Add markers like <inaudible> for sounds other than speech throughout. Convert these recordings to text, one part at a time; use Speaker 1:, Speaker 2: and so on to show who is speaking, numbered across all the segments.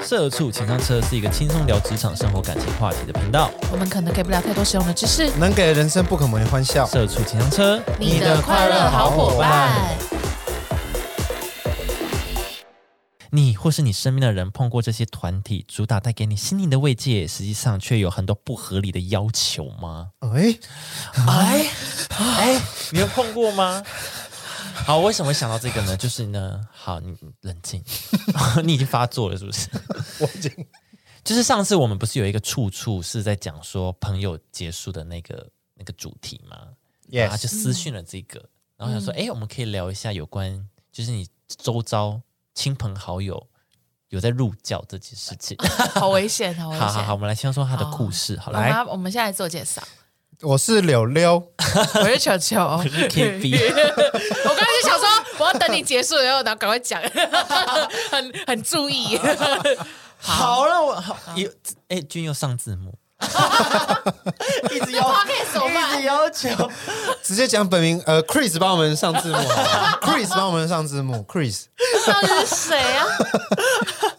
Speaker 1: 社畜情商车是一个轻松聊职场、生活、感情话题的频道。
Speaker 2: 我们可能给不了太多实用的知识，
Speaker 3: 能给人生不可磨的欢笑。
Speaker 1: 社畜情商车，
Speaker 3: 你的快乐好伙伴。
Speaker 1: 你或是你身边的人碰过这些团体主打带给你心灵的慰藉，实际上却有很多不合理的要求吗？
Speaker 3: 哎，
Speaker 1: <laughs> 哎哎，你有碰过吗？ <laughs> 好，为什么会想到这个呢？就是呢，好，你冷静， <laughs> 你已经发作了，是不 <laughs> 是？
Speaker 3: 我已经
Speaker 1: 就是上次我们不是有一个处处是在讲说朋友结束的那个那个主题吗？然后他
Speaker 3: yes，
Speaker 1: 就私讯了这个，然后想
Speaker 2: 嗯
Speaker 1: 说，哎、我们可以聊一下有关，就是你周遭亲朋好友有在入教这件事情。
Speaker 2: 好危险， <laughs> 好
Speaker 1: <laughs>
Speaker 2: 危
Speaker 1: 好好好，我
Speaker 2: 险。
Speaker 1: 们来先说他的
Speaker 2: 好
Speaker 1: 故事，好
Speaker 2: 我
Speaker 1: 来
Speaker 2: 们。要我们现在做介绍，
Speaker 3: 我是柳柳，
Speaker 2: 我是球
Speaker 1: <laughs>
Speaker 2: 球，我
Speaker 1: K
Speaker 2: <laughs>
Speaker 1: B，
Speaker 2: 刚才就想说，我要等你结束然后，然后赶快讲， <laughs> 很很
Speaker 1: <laughs>
Speaker 2: 注意。
Speaker 1: 好让我好有哎，君又上字幕，一
Speaker 2: <laughs>
Speaker 1: 直要
Speaker 2: 花可以手
Speaker 1: 一直
Speaker 2: 办，
Speaker 1: 要求，
Speaker 3: 直接讲本名。呃，Chris 帮我们上字幕 <laughs> 好吗，Chris 帮我们上字幕，Chris。
Speaker 2: 到底是谁
Speaker 1: <laughs>
Speaker 2: 啊？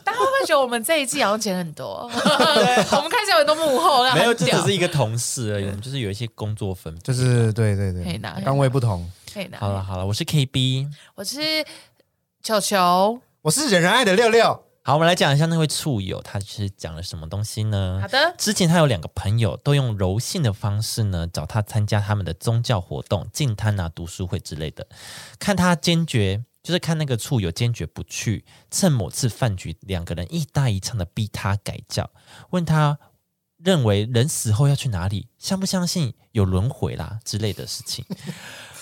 Speaker 2: 大家会不会觉得我们这一季好像剪
Speaker 1: <laughs>
Speaker 2: 很多？ <laughs> 我们看起来有很多幕后，那
Speaker 1: 没有，
Speaker 2: 很
Speaker 1: 这
Speaker 2: 屌
Speaker 1: 只是一个同事而已，就是有一些工作分。
Speaker 3: 就是对对
Speaker 2: 可以
Speaker 3: 对
Speaker 2: 拿可以，拿
Speaker 3: 岗位不同。
Speaker 2: 可以拿。
Speaker 1: 好了好了，我是 K B，
Speaker 2: 我是球球。
Speaker 3: 我是人人爱的六六，
Speaker 1: 好，我们来讲一下那位处友，他是讲了什么东西呢？
Speaker 2: 好的，
Speaker 1: 之前他有两个朋友都用柔性的方式呢，找他参加他们的宗教活动、进摊啊、读书会之类的。看他坚决，就是看那个处友坚决不去。趁某次饭局，两个人一搭一唱的逼他改教，问他认为人死后要去哪里，相不相信有轮回啦之类的事情。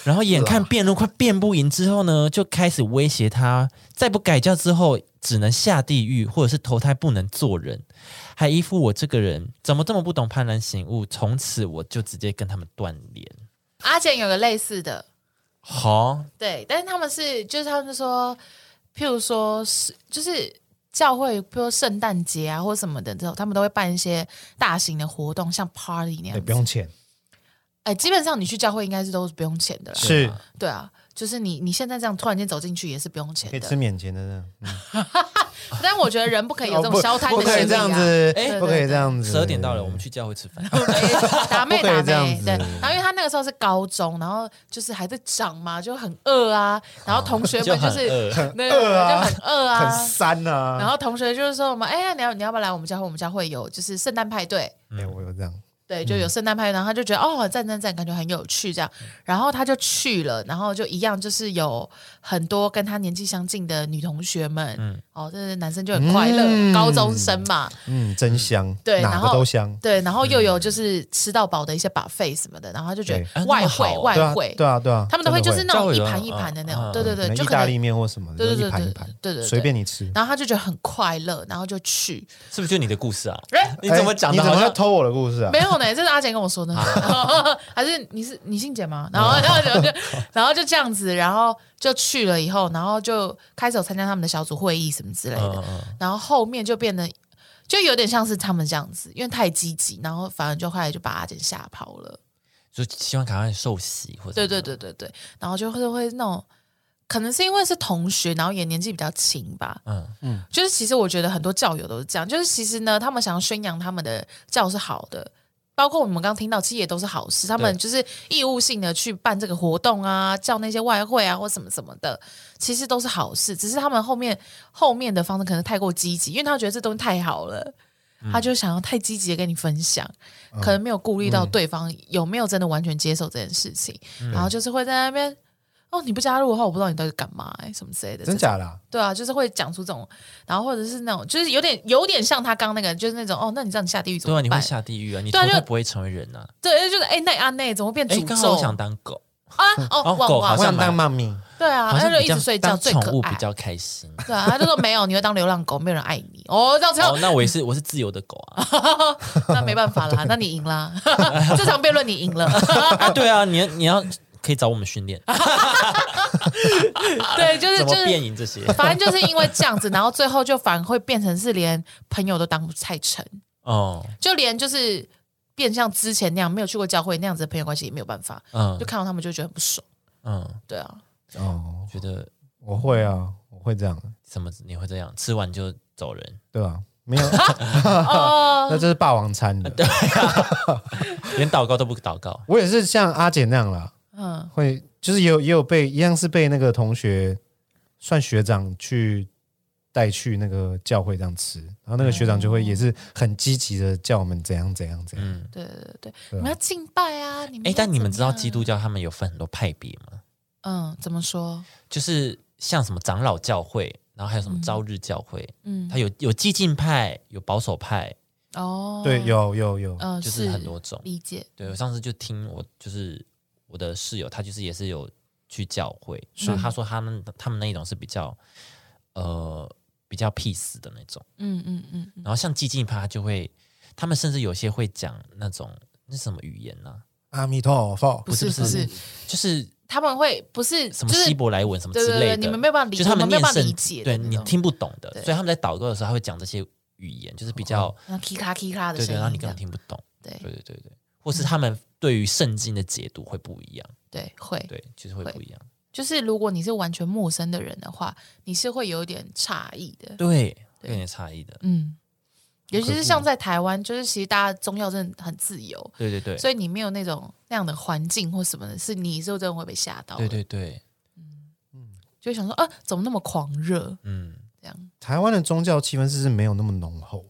Speaker 1: 然后眼看辩论快辩不赢之后呢，就开始威胁他，再不改教之后，只能下地狱，或者是投胎不能做人。还依附我这个人怎么这么不懂幡然醒悟？从此我就直接跟他们断联。
Speaker 2: 阿简有个类似的，
Speaker 1: 好，
Speaker 2: 对，但是他们是，就是他们就说，譬如说是，就是教会，比如说圣诞节啊或什么的，之后他们都会办一些大型的活动，像 party 那样子。
Speaker 3: 对，哎不用钱，
Speaker 2: 哎，基本上你去教会应该是都是不用钱的啦。
Speaker 3: 是
Speaker 2: 对啊，就是你你现在这样突然间走进去也是不用钱
Speaker 3: 可以吃
Speaker 2: 的。
Speaker 3: 免钱的呢。
Speaker 2: 但我觉得人不可以有这
Speaker 3: 哦
Speaker 2: 种
Speaker 3: 不
Speaker 2: 消摊
Speaker 3: 不
Speaker 2: 的
Speaker 3: 可以
Speaker 2: 心
Speaker 3: 这
Speaker 2: 理
Speaker 3: 样
Speaker 2: 啊。
Speaker 3: 子
Speaker 1: 哎，
Speaker 3: 不可以这样子。
Speaker 1: 十二点到了，我们去教会吃饭。
Speaker 3: <laughs>
Speaker 2: 打妹
Speaker 3: 不可
Speaker 2: 打
Speaker 3: 以这样
Speaker 2: 妹，
Speaker 3: 子
Speaker 2: 对，然后因为他那个时候是高中，然后就是还在长嘛，就很饿啊，然后同学
Speaker 1: 就
Speaker 2: 们
Speaker 1: 很
Speaker 2: 是
Speaker 1: 饿
Speaker 2: 很
Speaker 3: 饿啊
Speaker 2: 就很饿啊，
Speaker 3: 很酸啊。
Speaker 2: 然后同学就是说我们，哎呀，你要你要不要来我们教会？我们教会有就是圣诞派对，
Speaker 3: 哎，我有这样，
Speaker 2: 对，就有圣诞派对。然后他就觉得哦，赞赞赞，感觉很有趣这样。然后他就去了，然后就一样就是有很多跟他年纪相近的女同学们，哦，这是男生就很快乐，
Speaker 3: 嗯
Speaker 2: 高中生嘛，
Speaker 3: 嗯，真香，
Speaker 2: 对然
Speaker 3: 哪
Speaker 2: 后
Speaker 3: 个都香。
Speaker 2: 对，然后又有就是吃到饱的一些 buffet 什么的，然后他就觉
Speaker 3: 对
Speaker 2: 得
Speaker 1: 啊
Speaker 2: 外
Speaker 1: 那么好
Speaker 2: 汇、
Speaker 1: 哦
Speaker 2: 外
Speaker 3: 对啊
Speaker 2: 汇，，
Speaker 3: 对啊，对啊，
Speaker 2: 他们都会
Speaker 3: 真
Speaker 2: 就
Speaker 3: 的
Speaker 2: 是那种
Speaker 1: 教会
Speaker 2: 一
Speaker 1: 有
Speaker 2: 盘
Speaker 1: 那
Speaker 2: 一
Speaker 1: 种
Speaker 2: 盘的那
Speaker 1: 啊
Speaker 2: 种，对对
Speaker 3: 可
Speaker 2: 对，
Speaker 3: 能
Speaker 2: 就
Speaker 3: 意
Speaker 2: 可
Speaker 3: 大
Speaker 2: 能
Speaker 3: 利面或什么
Speaker 2: 对
Speaker 3: 的，
Speaker 2: 对对
Speaker 3: 就一盘一盘，
Speaker 2: 对对对对
Speaker 3: 随便你吃。
Speaker 2: 然后他就觉得很快乐，然后就去，
Speaker 1: <laughs> 是不是就你的故事啊？
Speaker 2: 哎
Speaker 1: 你怎么讲
Speaker 3: 哎
Speaker 1: 的？
Speaker 3: 你怎
Speaker 1: 好
Speaker 3: 么要
Speaker 1: 像
Speaker 3: 偷我的故事啊
Speaker 2: 没？有呢，这是阿简跟我说的， <laughs> 还是你是你姓简吗？然后然后然后就然后就这样子，然后就去了以后，然后就开始有参加他们的小组会议什么之类的，
Speaker 1: 嗯嗯
Speaker 2: 然后后面就变得就有点像是他们这样子，因为太积极，然后反而就后来就把阿简吓跑了。
Speaker 1: 就希望赶快受洗，或者
Speaker 2: 对对对对对，然后就会会那种，可能是因为是同学，然后也年纪比较轻吧，
Speaker 1: 嗯
Speaker 2: 就是其实我觉得很多教友都是这样，就是其实呢，他们想要宣扬他们的教是好的，包括我们刚刚听到，其实也都是好事。他们就是义务性的去办这个活动啊，叫那些外汇啊或什么什么的，其实都是好事。只是他们后面后面的方式可能太过积极，因为他觉得这东西太好了。他就想要太积极的跟你分享，可能没有顾虑到对方有没有真的完全接受这件事情，然后就是会在那边哦，你不加入的话，我不知道你到底干嘛、欸、什么之类的，
Speaker 3: 真假的啊？
Speaker 2: 对啊，就是会讲出这种，然后或者是那种，就是有点有点像他刚刚那个，就是那种哦，那你知道你下地狱怎
Speaker 1: 对
Speaker 2: 么
Speaker 1: 啊，
Speaker 2: 办？
Speaker 1: 你会下地狱啊！你
Speaker 2: 对啊
Speaker 1: 绝
Speaker 2: 就
Speaker 1: 对不会成为人啊！
Speaker 2: 对，就是哎，那啊那怎么变
Speaker 1: 哎，
Speaker 2: 诅
Speaker 1: 刚好
Speaker 2: 咒？
Speaker 1: 我想当狗，
Speaker 2: 啊，哦，
Speaker 1: 哦
Speaker 2: 哇
Speaker 1: 狗
Speaker 2: 哇
Speaker 1: 好
Speaker 3: 我
Speaker 1: 像
Speaker 3: 想当妈咪，
Speaker 2: 对啊，
Speaker 1: 好
Speaker 2: 他
Speaker 1: 像
Speaker 2: 就
Speaker 1: 比
Speaker 2: 一
Speaker 1: 较
Speaker 2: 直睡觉
Speaker 1: 当
Speaker 2: 最
Speaker 1: 宠
Speaker 2: 可
Speaker 1: 物
Speaker 2: 爱
Speaker 1: 比。较开心。
Speaker 2: 对啊，他就说没有，你会当流浪狗，没有人爱你哦。这样子
Speaker 1: 哦，那我也是，我是自由的狗啊！
Speaker 2: <laughs> 那没办法啦，那你
Speaker 1: <laughs>
Speaker 2: 赢啦，这场辩论你赢了。 <laughs>
Speaker 1: 啊，对啊，你要你要可以找我们训练，
Speaker 2: 对，就是
Speaker 1: 怎
Speaker 2: 啊就
Speaker 1: 么变
Speaker 2: 是，
Speaker 1: 赢这
Speaker 2: <laughs>
Speaker 1: 些？
Speaker 2: 反正就是因为这样子，然后最后就反而会变成是连朋友都当不太成，
Speaker 1: 哦，
Speaker 2: 就连就是变像之前那样没有去过教会那样子的朋友关系也没有办法，
Speaker 1: 嗯
Speaker 2: 就看到他们就觉得很不爽。
Speaker 1: 嗯，
Speaker 2: 对啊，
Speaker 3: 哦，
Speaker 1: 觉得
Speaker 3: 我会啊，我会这样。
Speaker 1: 什么你会这样？吃完就走人。
Speaker 3: 对吧？没
Speaker 2: <laughs>
Speaker 3: 有，
Speaker 2: 哦，
Speaker 3: 那这是霸王餐的。
Speaker 1: 连祷告都不祷
Speaker 2: <laughs>
Speaker 1: 告，
Speaker 3: 我也是像阿姐那样啦，
Speaker 2: 嗯，
Speaker 3: 会就是也有也有被一样是被那个同学算学长去带去那个教会这样吃，然后那个学长就
Speaker 2: 嗯
Speaker 3: 会也是很积极的叫我们怎样怎样怎样。
Speaker 1: 嗯，
Speaker 2: 对对对，你们要敬拜啊，你们
Speaker 1: 哎，
Speaker 2: 要
Speaker 1: 但你们知
Speaker 2: 怎么
Speaker 1: 道
Speaker 2: 样
Speaker 1: 基督教他们有分很多派别吗？
Speaker 2: 嗯怎么说？
Speaker 1: 就是像什么长老教会，然后还有什么朝日教会，
Speaker 2: 嗯
Speaker 1: 它有有激进派，有保守派，
Speaker 2: 哦，
Speaker 3: 对，，有有有，
Speaker 2: 嗯，
Speaker 1: 就是很多种。
Speaker 2: 理解，
Speaker 1: 对我上次就听我就是我的室友，他就是也是有去教会，所以他说他们他们那一种是比较呃比较 peace 的那种。
Speaker 2: 嗯嗯嗯嗯，
Speaker 1: 然后像激进派他就会，他们甚至有些会讲那种那什么语言呢、
Speaker 3: 阿弥陀佛，
Speaker 2: 不是
Speaker 1: 不
Speaker 2: 不
Speaker 1: 是
Speaker 2: 是，
Speaker 1: 就是
Speaker 2: 他们会不是
Speaker 1: 什
Speaker 2: 就
Speaker 1: 么
Speaker 2: 是
Speaker 1: 希伯来文什么
Speaker 2: 对
Speaker 1: 之
Speaker 2: 对
Speaker 1: 类的，
Speaker 2: 对，你们没有办法理，
Speaker 1: 就是他
Speaker 2: 我
Speaker 1: 们
Speaker 2: 没有
Speaker 1: 念
Speaker 2: 办法
Speaker 1: 圣
Speaker 2: 理解的
Speaker 1: 对
Speaker 2: 那
Speaker 1: 你
Speaker 2: 种，
Speaker 1: 听不懂的，
Speaker 2: 对
Speaker 1: 所以他们在祷告的时候，他会讲这些语言，就是比较、
Speaker 2: 然后 k 咔 k 咔的
Speaker 1: 对对，
Speaker 2: 声
Speaker 1: 然后你
Speaker 2: 音这
Speaker 1: 根本
Speaker 2: 样，
Speaker 1: 听不懂，对
Speaker 2: 对嗯
Speaker 1: 对对对，或是他们对于圣经的解读会不一样，
Speaker 2: 对会，
Speaker 1: 对，就是会
Speaker 2: 会
Speaker 1: 不一样，
Speaker 2: 就是如果你是完全陌生的人的话，你是会有一点诧异的，
Speaker 1: 对，会有点差异的，
Speaker 2: 嗯，尤其
Speaker 3: 可
Speaker 2: 是
Speaker 3: 不
Speaker 1: 哦
Speaker 2: 像在台湾，就是其实大家宗教真的很自由，
Speaker 1: 对对对，
Speaker 2: 所以你没有那种那样的环境或什么的，是你就真的会被吓到的，
Speaker 1: 对对对，
Speaker 2: 就会想说啊，怎么那么狂热
Speaker 1: 嗯，
Speaker 2: 这样。
Speaker 3: 台湾的宗教气氛是不是没有那么浓厚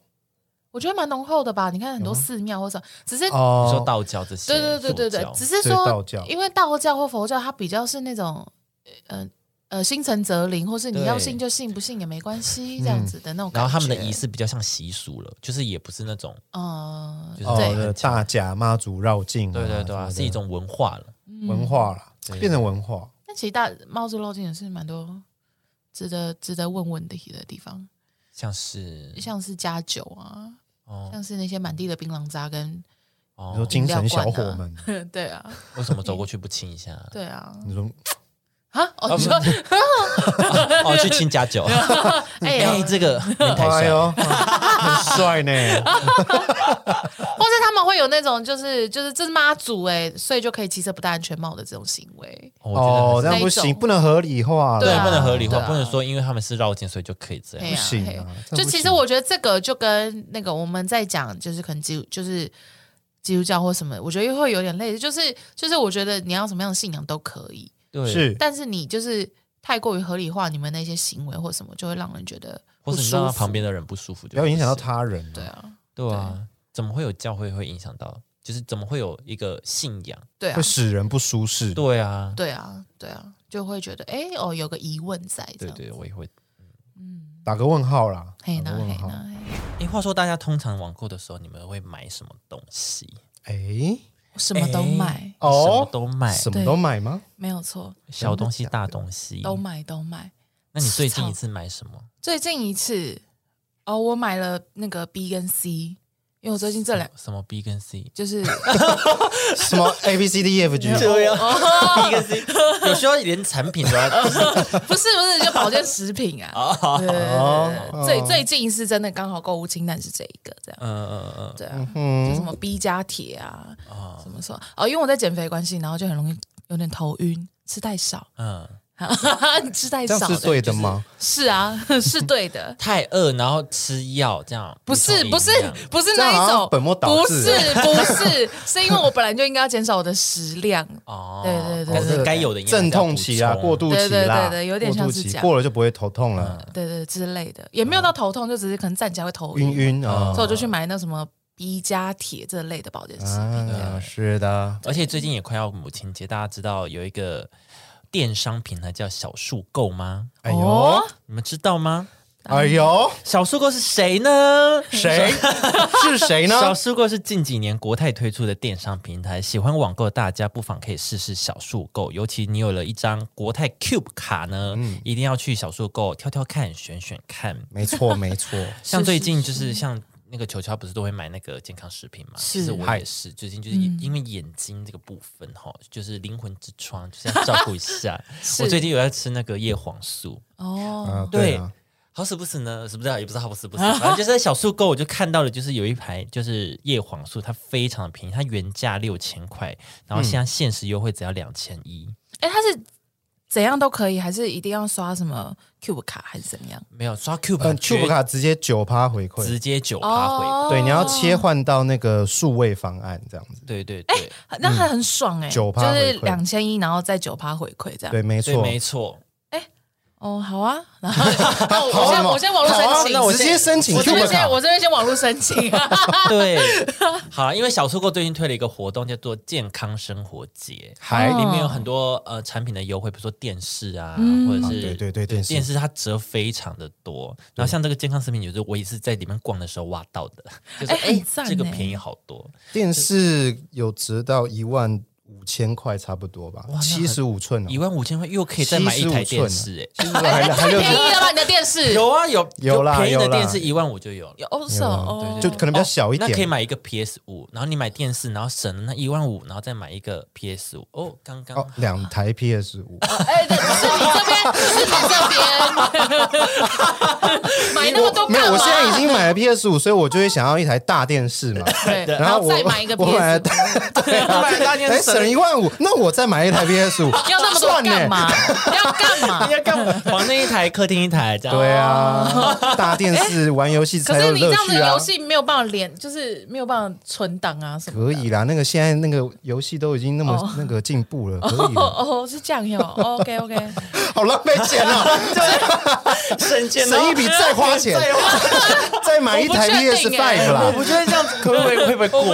Speaker 2: 我觉得蛮浓厚的吧，你看
Speaker 1: 嗯
Speaker 2: 很多寺庙或者只是
Speaker 1: 你说
Speaker 3: 哦。
Speaker 1: 道教这些，
Speaker 2: 对对
Speaker 1: 佛
Speaker 2: 对对对
Speaker 1: 教，
Speaker 2: 只是
Speaker 3: 对
Speaker 2: 说
Speaker 3: 道教
Speaker 2: 因为道教或佛教它比较是那种，呃呃，心诚则灵，或是你
Speaker 1: 对嗯
Speaker 2: 要信就信，不信也没关系，这样子的那种感
Speaker 1: 然
Speaker 2: 觉。
Speaker 1: 后他们的仪，式比较像习俗了，就是也不是那种，
Speaker 2: 嗯，
Speaker 1: 就是
Speaker 3: 哦，
Speaker 1: 对
Speaker 3: 那大甲妈祖绕境啊，
Speaker 1: 对对对啊，
Speaker 3: 什么的
Speaker 1: 是一种文化了，
Speaker 2: 嗯
Speaker 3: 文化啦，变成文化。
Speaker 2: 但其实大帽子绕境也是蛮多值得值得问问题的地方，
Speaker 1: 像是
Speaker 2: 像是加酒啊，
Speaker 1: 哦
Speaker 2: 像是那些满地的槟榔渣跟， <laughs>
Speaker 3: 你说
Speaker 1: 哦，
Speaker 3: 精神小伙们，
Speaker 2: 对啊，
Speaker 1: <laughs> 为什么走过去不亲一下？
Speaker 2: 对啊，
Speaker 3: 你说
Speaker 2: 啊，哦，你说，
Speaker 1: 哦，去亲家酒。
Speaker 2: <laughs> 哎呀，
Speaker 1: <laughs> 哎，
Speaker 2: 或者
Speaker 1: 这个你 <laughs> 太帅
Speaker 3: 哎
Speaker 1: 了，
Speaker 3: 呦， <laughs> 很帅呢。
Speaker 2: 他们会有那种就是就是这是妈祖哎，所以就可以骑车不戴安全帽的这种行为，
Speaker 1: <laughs> 哦我觉得
Speaker 3: 哦，
Speaker 1: 很
Speaker 3: 那不
Speaker 2: 那一
Speaker 3: 行，
Speaker 2: 种
Speaker 3: 不能合理化啦，
Speaker 2: 对啊
Speaker 1: 不能合理
Speaker 2: 对
Speaker 1: 化，
Speaker 2: 啊
Speaker 1: 不能说因为他们是绕境，所以就可以这
Speaker 2: 哎
Speaker 1: 样。
Speaker 2: 呀
Speaker 3: 不行啊
Speaker 2: 嘿
Speaker 3: 这
Speaker 2: 就
Speaker 3: 不
Speaker 2: 其实
Speaker 3: 行
Speaker 2: 我觉得这个就跟那个我们在讲，就是可能基督就是基督教或什么，我觉得又会有点类似，就是就是我觉得你要什么样的信仰都可以，
Speaker 1: 对，
Speaker 3: 是
Speaker 2: 但是你就是太过于合理化你们那些行为或什么，就会让人觉
Speaker 3: 嗯
Speaker 2: 得
Speaker 1: 或
Speaker 2: 不
Speaker 1: 者你
Speaker 2: 舒
Speaker 1: 让
Speaker 2: 服。
Speaker 1: 他旁边的人不舒服，
Speaker 3: 不要影响到。他人啊。
Speaker 2: 对啊，
Speaker 1: 对啊，怎么会有教会会影响到？就是怎么会有一个信仰？
Speaker 2: 对啊
Speaker 3: 会，使人不舒适。
Speaker 1: 对啊，
Speaker 2: 对啊，对啊，就会觉得哎哦，有个疑问在
Speaker 1: 对
Speaker 2: 这样。
Speaker 1: 对，我也会。
Speaker 3: 打个问号啦，
Speaker 2: 嘿
Speaker 3: 打
Speaker 2: 呐
Speaker 3: 个问
Speaker 2: 嘿
Speaker 3: 号。
Speaker 2: 呐，嘿
Speaker 1: 哎，话说大家通常网购的时候，你们会买什么东西？
Speaker 3: 哎，
Speaker 2: 我什么都
Speaker 1: 哎
Speaker 2: 买，
Speaker 1: 什么
Speaker 3: 哦，
Speaker 1: 都买，
Speaker 3: 什么都买吗？
Speaker 2: 没有错，
Speaker 1: 小东西、大东西
Speaker 2: 都买都买。
Speaker 1: 那你最近一次买什么？
Speaker 2: 最近一次哦，我买了那个 B 跟 C，因为我最近这两
Speaker 1: 什么 B 跟 C？B
Speaker 2: 就是
Speaker 1: <laughs>
Speaker 3: 什么 A B C D E F G？
Speaker 1: 对啊跟 C 有时候连产品都要
Speaker 2: 哦 <laughs> 不是不是就保健食品啊，
Speaker 1: 哦
Speaker 2: 对对对对对
Speaker 3: 哦
Speaker 2: 最最近一次真的刚好购物清单是这一个这样，
Speaker 1: 嗯嗯嗯，
Speaker 2: 对啊，就什么 B 加铁啊，什么什么哦，因为我在减肥关系，然后就很容易有点头晕，吃太少， <laughs>
Speaker 1: 嗯，
Speaker 2: 吃太
Speaker 3: 这
Speaker 2: 少
Speaker 3: 样是对的
Speaker 2: 就是
Speaker 3: 吗？
Speaker 2: 是啊， <laughs> 是对的。
Speaker 1: 太饿然后吃药这样，
Speaker 2: 不是不是不是
Speaker 3: 这
Speaker 2: 那
Speaker 3: 样好
Speaker 2: 一
Speaker 3: 像
Speaker 2: 种，
Speaker 3: 本末倒
Speaker 2: 不
Speaker 3: 置啊
Speaker 2: 是
Speaker 3: <laughs>
Speaker 2: 不是，是因为我本来就应该要减少我的食量，
Speaker 1: 哦，
Speaker 2: 对对对
Speaker 1: 但
Speaker 2: 对
Speaker 1: 是该有的营养
Speaker 3: 阵痛期啊，
Speaker 1: 还是要补充
Speaker 3: 过渡期
Speaker 2: 对
Speaker 3: 啦，
Speaker 2: 对对对有点
Speaker 3: 过
Speaker 2: 像
Speaker 3: 渡
Speaker 2: 是
Speaker 3: 期
Speaker 2: 这样
Speaker 3: 过了就不会头
Speaker 1: 嗯
Speaker 3: 痛了，
Speaker 2: 对对之类的，也没有到头痛，就只是可能站起来会头
Speaker 3: 晕
Speaker 2: 晕，哦
Speaker 3: 晕啊
Speaker 2: 所以我就去买那什么 B 加铁这类的保健食品。这样
Speaker 3: 啊，是的，
Speaker 1: 而且最近也快要母亲节，大家知道有一个电商平台叫小树购吗？
Speaker 3: 哎
Speaker 2: 哦
Speaker 3: 呦，
Speaker 1: 你们知道吗？
Speaker 3: 哎呦，
Speaker 1: 小树购是谁呢？
Speaker 3: 谁是谁呢？
Speaker 1: 小树购是近几年国泰推出的电商平台，喜欢网购的大家不妨可以试试小树购，尤其你有了一张国泰 Cube 卡呢，一定要去小树购挑挑看、选选看。
Speaker 3: 没错，没错，
Speaker 1: 像
Speaker 2: 是
Speaker 1: 最
Speaker 2: 是
Speaker 1: 近就是像那个球球不是都会买那个健康食品嘛？其实
Speaker 2: 是
Speaker 1: 我也是，嗯最近就是因为眼睛这个部分哈，就是灵魂之窗，就是要照顾一 <laughs> 下。我最近有在吃那个叶黄素，
Speaker 2: 哦，
Speaker 3: 啊，
Speaker 1: 对
Speaker 3: 啊，
Speaker 1: 好死不死呢，死不知啊道也不知道好不死不死，反正就是在小树购我就看到了，就是有一排就是叶黄素，它非常的便宜，它原价六千块，然后现在限时优惠只要两千一。
Speaker 2: 哎，它是怎样都可以，还是一定要刷什么 Cube 卡还是怎么样？
Speaker 1: 没有刷 Cube
Speaker 3: 嗯
Speaker 1: 绝
Speaker 3: ，Cube 卡直接九趴回馈，
Speaker 1: 呃直接九趴回
Speaker 2: 哦
Speaker 1: 馈，
Speaker 3: 对，你要切换到那个数位方案这样子，
Speaker 1: 对对对，
Speaker 2: 那还很爽哎、
Speaker 3: 9%
Speaker 2: 就是
Speaker 3: 回
Speaker 2: 两千一，然后再九趴回馈这样。
Speaker 3: 对，没
Speaker 1: 对，
Speaker 3: 错。
Speaker 1: 没错。
Speaker 2: 哦，好
Speaker 3: <laughs>
Speaker 2: 啊，然后那我我先我先网络
Speaker 3: 好啊
Speaker 2: 申请，
Speaker 3: 那我直接申请
Speaker 2: 我这
Speaker 3: Cube
Speaker 2: 边
Speaker 3: 卡
Speaker 2: 先，我这边先网络申
Speaker 3: <laughs>
Speaker 2: 请， <laughs>
Speaker 1: 对，好了，因为小醋购最近推了一个活动，叫做健康生活
Speaker 2: 哦
Speaker 1: 节，
Speaker 3: 还
Speaker 1: 里面有很多呃产品的优惠，比如说电视啊，
Speaker 2: 嗯
Speaker 1: 或者是
Speaker 3: 啊对对对电视
Speaker 1: 电视它折非常的多。然后像这个健康食品，就是我也是在里面逛的时候挖到
Speaker 2: <laughs>
Speaker 1: 的，就是
Speaker 2: 哎很
Speaker 1: 哎
Speaker 2: 赞
Speaker 1: 这个
Speaker 2: 哎
Speaker 1: 便宜好多，
Speaker 3: 电视有值到一万五千块差不多吧，七十五寸哦，
Speaker 1: 一万五千块又可以再买一台电视哎。
Speaker 3: 75还还
Speaker 2: 太
Speaker 3: 六
Speaker 2: 便宜了吧？你的电视
Speaker 1: 有啊，有
Speaker 3: 啊有啦
Speaker 1: 便宜
Speaker 3: 有
Speaker 1: 的
Speaker 3: 啦
Speaker 1: 电视一万五就有了，
Speaker 2: 有哦是哦，
Speaker 1: 对
Speaker 3: 就
Speaker 1: 对
Speaker 3: 可能比较小一
Speaker 1: 那可以
Speaker 3: 点。
Speaker 1: 买一个 PS 五，然后你买电视，然后省了那一万五，然后再买一个 PS 五。哦，刚刚
Speaker 3: 哦，两台 PS 五，
Speaker 2: 哎，对是你这边，是你这边，买那么多
Speaker 3: 没有，
Speaker 2: 干
Speaker 3: 我现在已
Speaker 2: 嘛？
Speaker 3: 经买了 PS 五，所以我就会想要一台大电视
Speaker 2: <laughs>
Speaker 3: 嘛。
Speaker 2: 对，
Speaker 3: 然
Speaker 2: 然
Speaker 3: 后
Speaker 2: 后
Speaker 3: 我
Speaker 2: 再买一个
Speaker 3: 我买了
Speaker 2: PS，
Speaker 3: 大，
Speaker 1: <laughs>
Speaker 3: 对啊
Speaker 1: 买了大电视
Speaker 3: 哎省一万五，那我再买一台 PS 五，
Speaker 2: <laughs> 要那么多
Speaker 3: 算呢
Speaker 2: 干嘛？要干嘛
Speaker 3: <laughs>
Speaker 1: 你？要干嘛？房间一台，客厅一台，这样。
Speaker 3: 对啊，大电视玩游戏
Speaker 2: 哦哎可
Speaker 3: 才
Speaker 2: 是
Speaker 3: 有
Speaker 2: 你这
Speaker 3: 乐
Speaker 2: 样的
Speaker 3: 趣啊
Speaker 2: 游。戏没有办法连，就是没有办法存档啊什么
Speaker 3: 可
Speaker 2: 的。
Speaker 3: 以啦，那个现在那个游戏都已经那么
Speaker 2: 哦
Speaker 3: 那个进步了，可以了，
Speaker 2: 哦哦，是这样哟。OK OK，
Speaker 3: 好浪费钱
Speaker 2: <laughs>
Speaker 3: 啊！
Speaker 1: 省钱
Speaker 3: 省一笔再花钱，再买一台
Speaker 2: 哦我不确
Speaker 3: PS
Speaker 2: 定欸
Speaker 3: Five
Speaker 1: 我
Speaker 3: 啦。
Speaker 1: 不觉得这样子可不可以会不会
Speaker 3: <laughs>
Speaker 1: 过？
Speaker 2: <laughs>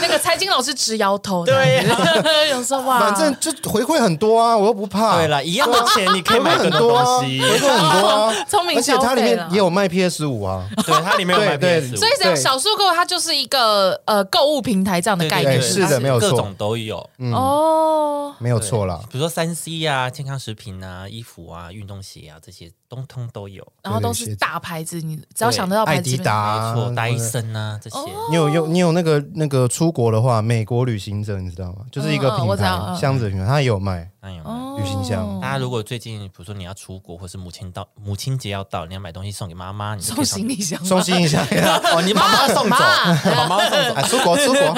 Speaker 2: 那个财经老师直摇头。
Speaker 1: 对呀，
Speaker 2: <laughs> 有时候哇，
Speaker 3: 反正就回馈很多啊，我又不怕。
Speaker 1: 对啦，一样的钱你可以
Speaker 3: 回
Speaker 1: 买
Speaker 3: 馈
Speaker 1: 更
Speaker 3: 很多
Speaker 1: 多
Speaker 3: 啊，
Speaker 1: 东
Speaker 3: 回 <laughs>
Speaker 1: 西。
Speaker 3: 馈很多啊
Speaker 2: <laughs> ，聪明
Speaker 3: 而且它里
Speaker 2: 消费啦
Speaker 3: 面也有卖 PS 五啊，
Speaker 1: 对，它里面有卖
Speaker 3: 对
Speaker 1: PS
Speaker 3: 对
Speaker 1: 五
Speaker 2: 所，以讲
Speaker 3: 对
Speaker 2: 小数购它就是一个呃购物平台这样的概念，
Speaker 3: 对是的没嗯有错
Speaker 1: 各种都有。
Speaker 2: 哦。
Speaker 3: 没有
Speaker 1: 对
Speaker 3: 错啦。
Speaker 1: 比如说三 C 啊、健康食品啊、衣服啊、运动鞋啊，这些通通都有。
Speaker 2: 然后都是大牌子，你只要想得到牌
Speaker 3: 艾
Speaker 2: 子，
Speaker 3: 迪达
Speaker 1: 没
Speaker 3: 啊，
Speaker 1: 错，戴森啊这些，
Speaker 2: 哦
Speaker 3: 你有用你有那个那个出国的话，美国旅行者你知道吗？就是一个
Speaker 2: 嗯嗯
Speaker 3: 品
Speaker 2: 我知道
Speaker 3: 牌
Speaker 2: 嗯
Speaker 3: 箱子的品牌，它也有卖。
Speaker 1: 哎呦。
Speaker 2: 哦
Speaker 3: 旅行箱
Speaker 1: 大家如果最近，比如说你要出国，或是母亲到母亲节要到，你要买东西送给妈妈，你就可
Speaker 2: 送
Speaker 1: 以
Speaker 2: 行李箱，
Speaker 3: 送新一下，
Speaker 1: <laughs> 哦，你把妈妈送走，把 <laughs> 妈妈送走。
Speaker 3: 啊，出国出国，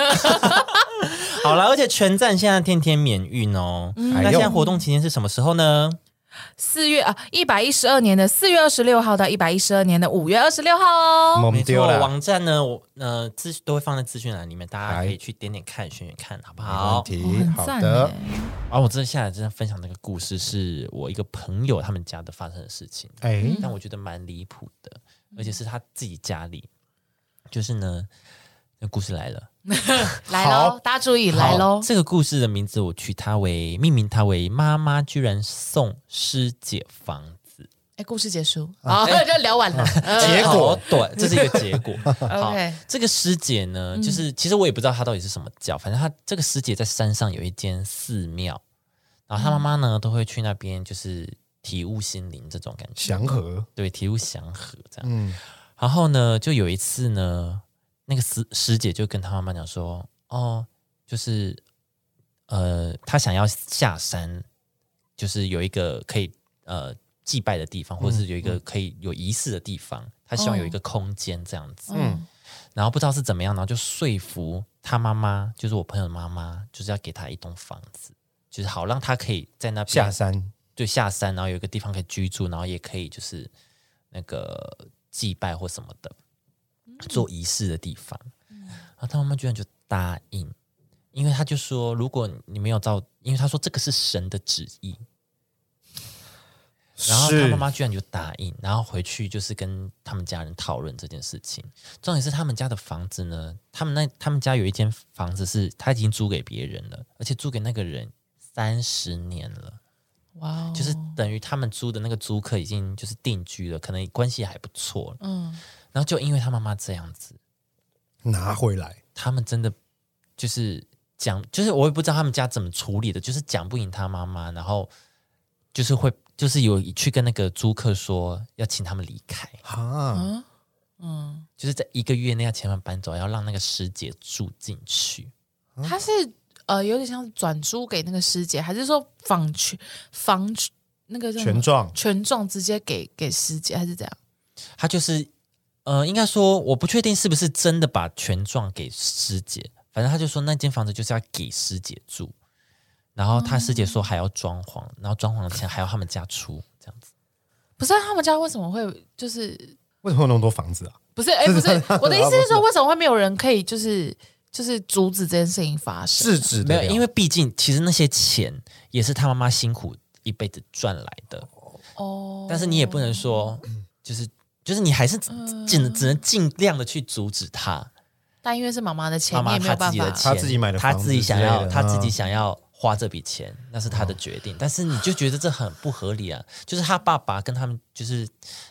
Speaker 1: <laughs> 好了，而且全站现在天天免运哦。
Speaker 3: 哎
Speaker 1: 那
Speaker 3: 呦
Speaker 1: 现在活动期间是什么时候呢？
Speaker 2: 四月啊，一百一十二年的四月二十六号到一百一十二年的五月二十六号哦。
Speaker 3: 哎我
Speaker 1: 没
Speaker 3: 们
Speaker 1: 错，
Speaker 3: 丢了，
Speaker 1: 网站呢，我呃资都会放在资讯栏里面，大家可以去点点看、选选看，好不
Speaker 3: 没问
Speaker 1: 好？
Speaker 2: 哦
Speaker 3: 题
Speaker 2: 很，
Speaker 3: 好
Speaker 2: 赞
Speaker 3: 的
Speaker 2: 耶。，
Speaker 1: 啊，我真的下来真的分享这个故事，是我一个朋友他们家的发生的事情，
Speaker 3: 哎，
Speaker 1: 但我觉得蛮离谱的，而且是他自己家里，就是呢，那故事来了。
Speaker 2: 来喽，大家注意来喽，
Speaker 1: 这个故事的名字我取它为命名它为妈妈居然送师姐房子，
Speaker 2: 哎，故事结束，好， <laughs>
Speaker 3: 啊
Speaker 2: 就聊完了。嗯
Speaker 3: <laughs> 结果
Speaker 1: 好短，这是一个结果。好
Speaker 2: 呃 OK，
Speaker 1: 这个师姐呢，就是其实我也不知道她到底是什么教，反正她这个师姐在山上有一间寺庙，然后她妈妈呢都会去那边，就是体悟心灵这种感觉，
Speaker 3: 祥和，
Speaker 1: 对，体悟祥和这样。
Speaker 3: 嗯，
Speaker 1: 然后呢，就有一次呢，那个师师姐就跟她妈妈讲说，哦，就是呃，她想要下山，就是有一个可以呃祭拜的地
Speaker 3: 嗯
Speaker 1: 方，或者是有一个可以有仪式的地方，她希望
Speaker 3: 哦
Speaker 1: 有一个空间这样子。
Speaker 2: 嗯，
Speaker 1: 然后不知道是怎么样，然后就说服他妈妈，就是我朋友的妈妈，就是要给他一栋房子，就是好让他可以在那边
Speaker 3: 下山，
Speaker 1: 对下山，然后有一个地方可以居住，然后也可以就是那个祭拜或什么的，做仪式的地方。然后他妈妈居然就答应，因为他就说，如果你没有照，因为他说这个是神的旨意，然后他
Speaker 3: 是
Speaker 1: 妈妈居然就答应，然后回去就是跟他们家人讨论这件事情。重点是他们家的房子呢，他们那他们家有一间房子是他已经租给别人了，而且租给那个人三十年了。
Speaker 2: 哇哦，
Speaker 1: 就是等于他们租的那个租客已经就是定居了，可能关系还不错。
Speaker 2: 嗯，
Speaker 1: 然后就因为他妈妈这样子，
Speaker 3: 拿回来，
Speaker 1: 他们真的就是讲，就是我也不知道他们家怎么处理的，就是讲不赢他妈妈，然后就是会就是有去跟那个租客说要请他们离开，
Speaker 3: 哈，
Speaker 2: 嗯，
Speaker 1: 就是在一个月内要请他们搬走，要让那个师姐住进去。
Speaker 3: 嗯
Speaker 2: 他是呃有点像转租给那个师姐，还是说仿权仿那个叫什么
Speaker 3: 权状
Speaker 2: 权状直接给给师姐，还是怎样？
Speaker 1: 他就是呃，应该说我不确定是不是真的把权状给师姐，反正他就说那间房子就是要给师姐住。然后他师姐说还要装潢，然后装潢的钱还要他们家出，这样子。
Speaker 2: 不是他们家为什么会就是
Speaker 3: 为什么有那么多房子啊？
Speaker 2: 不是哎、
Speaker 3: 是
Speaker 2: 不是
Speaker 3: 这样子啊
Speaker 2: 我的意思是
Speaker 3: 不
Speaker 2: 说，
Speaker 3: 是
Speaker 2: 为什么会没有人可以就是就是阻止这件事情发生？
Speaker 3: 制止
Speaker 1: 没
Speaker 3: 得
Speaker 1: 有，
Speaker 3: 了
Speaker 1: 因为毕竟其实那些钱也是他妈妈辛苦一辈子赚来的，
Speaker 2: 哦，
Speaker 1: 但是你也不能说就是就是你还是只只只能尽量的去阻止他。
Speaker 2: 但因为是妈妈的钱，
Speaker 1: 妈
Speaker 2: 你
Speaker 1: 妈
Speaker 2: 也没
Speaker 1: 他自
Speaker 2: 有办
Speaker 1: 己的
Speaker 2: 法。
Speaker 1: 钱，
Speaker 3: 他自己买的
Speaker 1: 他
Speaker 3: 房
Speaker 1: 自己
Speaker 3: 子
Speaker 1: 想
Speaker 3: 之类
Speaker 1: 要，
Speaker 3: 的
Speaker 1: 他自己
Speaker 3: 嗯
Speaker 1: 想要花这笔钱，那是他的决定。但是你就觉得这很不合理啊！就是他爸爸跟他们，就是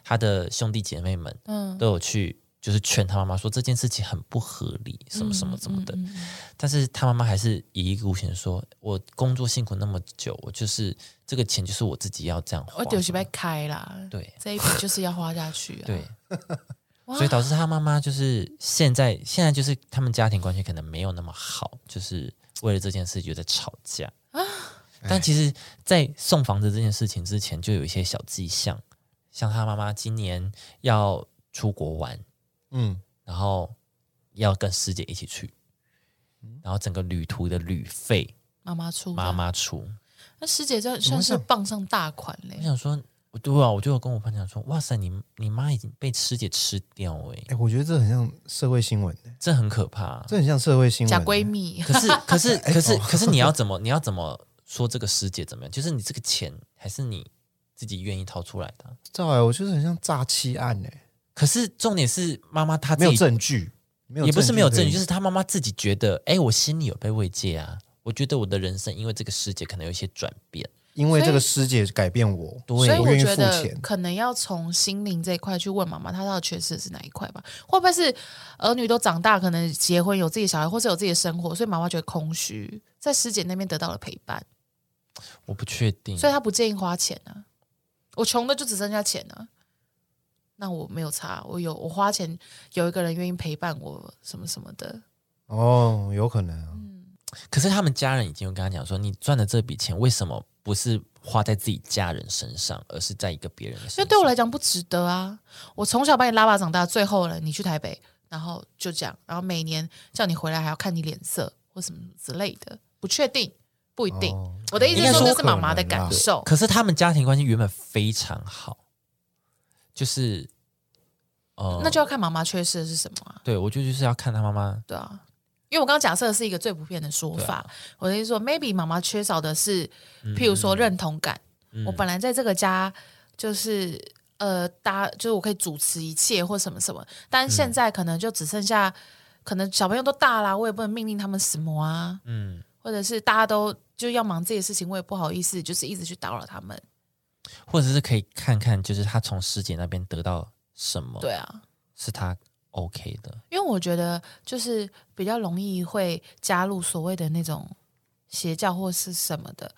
Speaker 1: 他的兄弟姐妹们
Speaker 2: 嗯，
Speaker 1: 都有去，就是劝他妈妈说这件事情很不合理，什么什么什么的。
Speaker 2: 嗯嗯嗯
Speaker 1: 但是他妈妈还是一意孤行地说，我工作辛苦那么久，我就是这个钱就是我自己要这样花
Speaker 2: 我
Speaker 1: 的。
Speaker 2: 丢起被开啦，
Speaker 1: 对
Speaker 2: 这一笔就是要花下去啊。
Speaker 1: 对，
Speaker 2: 哇，
Speaker 1: 所以导致他妈妈就是现在现在就是他们家庭关系可能没有那么好，就是为了这件事就在吵架但其实，在送房子这件事情之前，就有一些小迹象，像他妈妈今年要出国玩，
Speaker 3: 嗯，
Speaker 1: 然后要跟师姐一起去，然后整个旅途的旅费
Speaker 2: 妈妈出的
Speaker 1: 妈，妈出。
Speaker 2: 那师姐这算是傍上大款嘞
Speaker 1: 我。想说，我对啊，我就有跟我朋友讲说，哇塞，你你妈已经被师姐吃掉哎、欸，
Speaker 3: 哎，我觉得这很像社会新闻欸，
Speaker 1: 这很可怕、啊。
Speaker 3: 这很像社会新闻欸。
Speaker 2: 假闺蜜，
Speaker 1: <laughs> 可是可是可是可是你要怎么你要怎么说这个师姐怎么样？就是你这个钱还是你自己愿意掏出来的啊、
Speaker 3: 照哎，我觉得很像诈欺案哎，
Speaker 1: 可是重点是妈妈她自
Speaker 3: 啊没有
Speaker 1: 己
Speaker 3: 证据，没有
Speaker 1: 也不是没有证据，
Speaker 3: 可以
Speaker 1: 就是她妈妈自己觉得，哎，我心里有被慰藉啊，我觉得我的人生因为这个师姐可能有一些转变，
Speaker 3: 因为
Speaker 2: 所以
Speaker 3: 这个师姐改变我，
Speaker 1: 对
Speaker 2: 所以
Speaker 3: 我
Speaker 2: 我
Speaker 3: 愿意
Speaker 2: 觉
Speaker 3: 付
Speaker 2: 得
Speaker 3: 钱。
Speaker 2: 可能要从心灵这一块去问妈妈，她到底缺失的是哪一块吧？会不会是儿女都长大，可能结婚有自己的小孩，或是有自己的生活，所以妈妈觉得空虚，在师姐那边得到了陪伴，
Speaker 1: 我不确定。
Speaker 2: 所以她不建议花钱啊。我穷的就只剩下钱啊，那我没有差，我有我花钱，有一个人愿意陪伴我，什么什么的。
Speaker 3: 哦，有可能啊，
Speaker 1: 可是他们家人已经有跟他讲说，你赚的这笔钱为什么不是花在自己家人身上，而是在一个别人的身
Speaker 2: 所
Speaker 1: 上？
Speaker 2: 以对我来讲不值得啊！我从小把你拉拔长大，最后呢，你去台北，然后就这样，然后每年叫你回来还要看你脸色或什么之类的，不确定，不一定。
Speaker 3: 哦
Speaker 2: 我的意思
Speaker 1: 应该
Speaker 2: 是说，
Speaker 1: 说
Speaker 2: 这是妈妈的感受。
Speaker 1: 可是他们家庭关系原本非常好，就是，呃，
Speaker 2: 那就要看妈妈缺失的是什么啊？
Speaker 1: 对我觉得就是要看他妈妈，
Speaker 2: 对啊，因为我刚刚假设的是一个最普遍的说法。我的意思说，maybe 妈妈缺少的是，譬如说认同感。我本来在这个家就是呃搭，就是我可以主持一切或什么什么，但现在可能就只剩下，可能小朋友都大啦，我也不能命令他们什么啊，
Speaker 1: 嗯，
Speaker 2: 或者是大家都就要忙自己的事情，我也不好意思，就是一直去打扰他们。
Speaker 1: 或者是可以看看，就是他从师姐那边得到什么，
Speaker 2: 对，啊，
Speaker 1: 是他 OK 的，
Speaker 2: 因为我觉得就是比较容易会加入所谓的那种邪教或是什么的，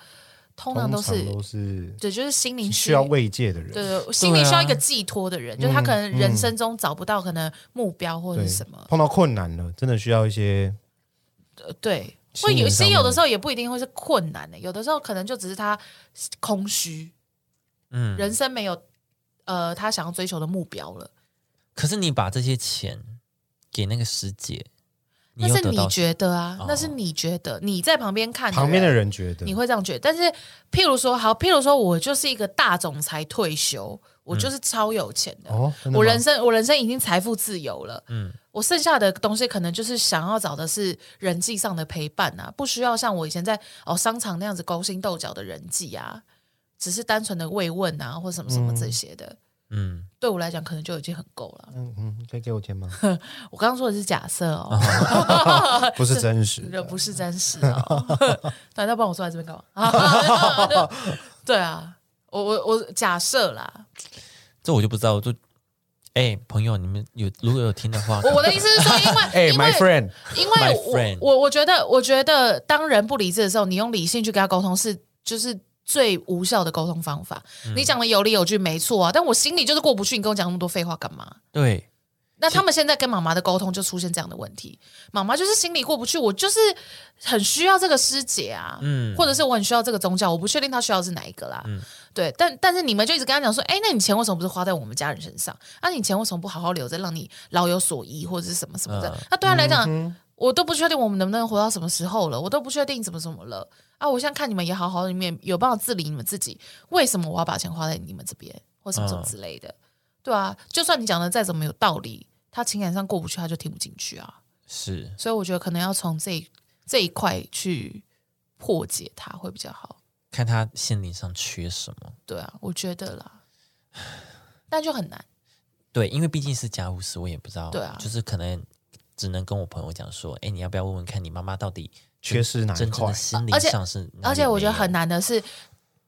Speaker 2: 通常都是
Speaker 3: 通常都是
Speaker 2: 对，就是心灵
Speaker 3: 需要啊
Speaker 2: 虚
Speaker 3: 慰藉的人。
Speaker 2: 对，对心里需要一个寄托的人，就是他可能人生中找不到可能目标或者
Speaker 3: 嗯对
Speaker 2: 是什么，
Speaker 3: 碰到困难了，真的需要一些
Speaker 2: 呃对，
Speaker 3: 心
Speaker 2: 会
Speaker 3: 灵
Speaker 2: 有些
Speaker 3: 上
Speaker 2: 有的
Speaker 3: 面
Speaker 2: 时候也不一定会是困难的、欸有的时候可能就只是他空虚，
Speaker 1: 嗯。
Speaker 2: 人生没有呃他想要追求的目标了。
Speaker 1: 可是你把这些钱给那个师姐，你
Speaker 2: 那
Speaker 1: 又
Speaker 2: 是
Speaker 1: 得
Speaker 2: 你
Speaker 1: 到
Speaker 2: 觉得啊，那是
Speaker 1: 哦
Speaker 2: 你觉得你在旁边看
Speaker 3: 旁边的人觉得
Speaker 2: 你会这样觉得。但是，譬如说，好，譬如说我就是一个大总裁退休，我就是超有钱的，
Speaker 3: 哦，真的吗
Speaker 2: 我人生我人生已经财富自由了，
Speaker 1: 嗯
Speaker 2: 嗯，我剩下的东西可能就是想要找的是人际上的陪伴啊，不需要像我以前在哦商场那样子勾心斗角的人际啊，只是单纯的慰问啊或什么什么这些的，
Speaker 1: 嗯，
Speaker 2: 对我来讲可能就已经很够了。
Speaker 3: 嗯嗯，可以给我
Speaker 2: <laughs>
Speaker 3: 钱吗？
Speaker 2: 我刚刚说的是假设哦，
Speaker 3: 不是真实
Speaker 2: 这
Speaker 3: 的，
Speaker 2: 不是真实
Speaker 3: <laughs>
Speaker 2: 的、哦， <laughs> 难道不然我坐在这边干嘛？啊 <laughs> 对啊，我我我假设啦，
Speaker 1: 这我就不知道，我就哎、朋友，你们有如果有听的话，
Speaker 2: 我我的意思是说，因为
Speaker 3: <laughs> 哎
Speaker 2: 因
Speaker 3: ，my
Speaker 2: 为
Speaker 3: friend，
Speaker 2: 因
Speaker 1: My
Speaker 2: 为
Speaker 1: friend
Speaker 2: 我我我觉得，我觉得当人不理智的时候，你用理性去跟他沟通是就是最无效的沟通方法。
Speaker 3: 嗯
Speaker 2: 你讲的有理有据，没错啊，但我心里就是过不去。你跟我讲那么多废话干嘛？
Speaker 1: 对，
Speaker 2: 那他们现在跟妈妈的沟通就出现这样的问题，妈妈就是心里过不去，我就是很需要这个师姐啊，
Speaker 1: 嗯
Speaker 2: 或者是我很需要这个宗教，我不确定他需要的是哪一个啦，对，但但是你们就一直跟他讲说，哎，那你钱为什么不是花在我们家人身上？啊，你钱为什么不好好留着，让你老有所依或者是什么什么的？那对他来讲，我都不确定我们能不能活到什么时候了，我都不确定怎么怎么了啊！我现在看你们也好好的，你们也有办法自理你们自己，为什么我要把钱花在你们这边或什么什么之类的？对啊，就算你讲的再怎么有道理，他情感上过不去，他就听不进去啊。
Speaker 1: 是
Speaker 2: 所以我觉得可能要从这一这一块去破解它会比较好。
Speaker 1: 看他心灵上缺什么。
Speaker 2: 对啊，我觉得啦，但就很难。
Speaker 1: 对，因为毕竟是家务事，我也不知道。
Speaker 2: 对啊
Speaker 1: 就是可能只能跟我朋友讲说，哎，你要不要问问看你妈妈到底
Speaker 3: 缺失哪一
Speaker 1: 真正
Speaker 3: 块
Speaker 1: 的心
Speaker 2: 而
Speaker 1: 灵
Speaker 2: 且
Speaker 1: 上是哪里
Speaker 2: 而且我觉得
Speaker 1: 没有
Speaker 2: 很难的是，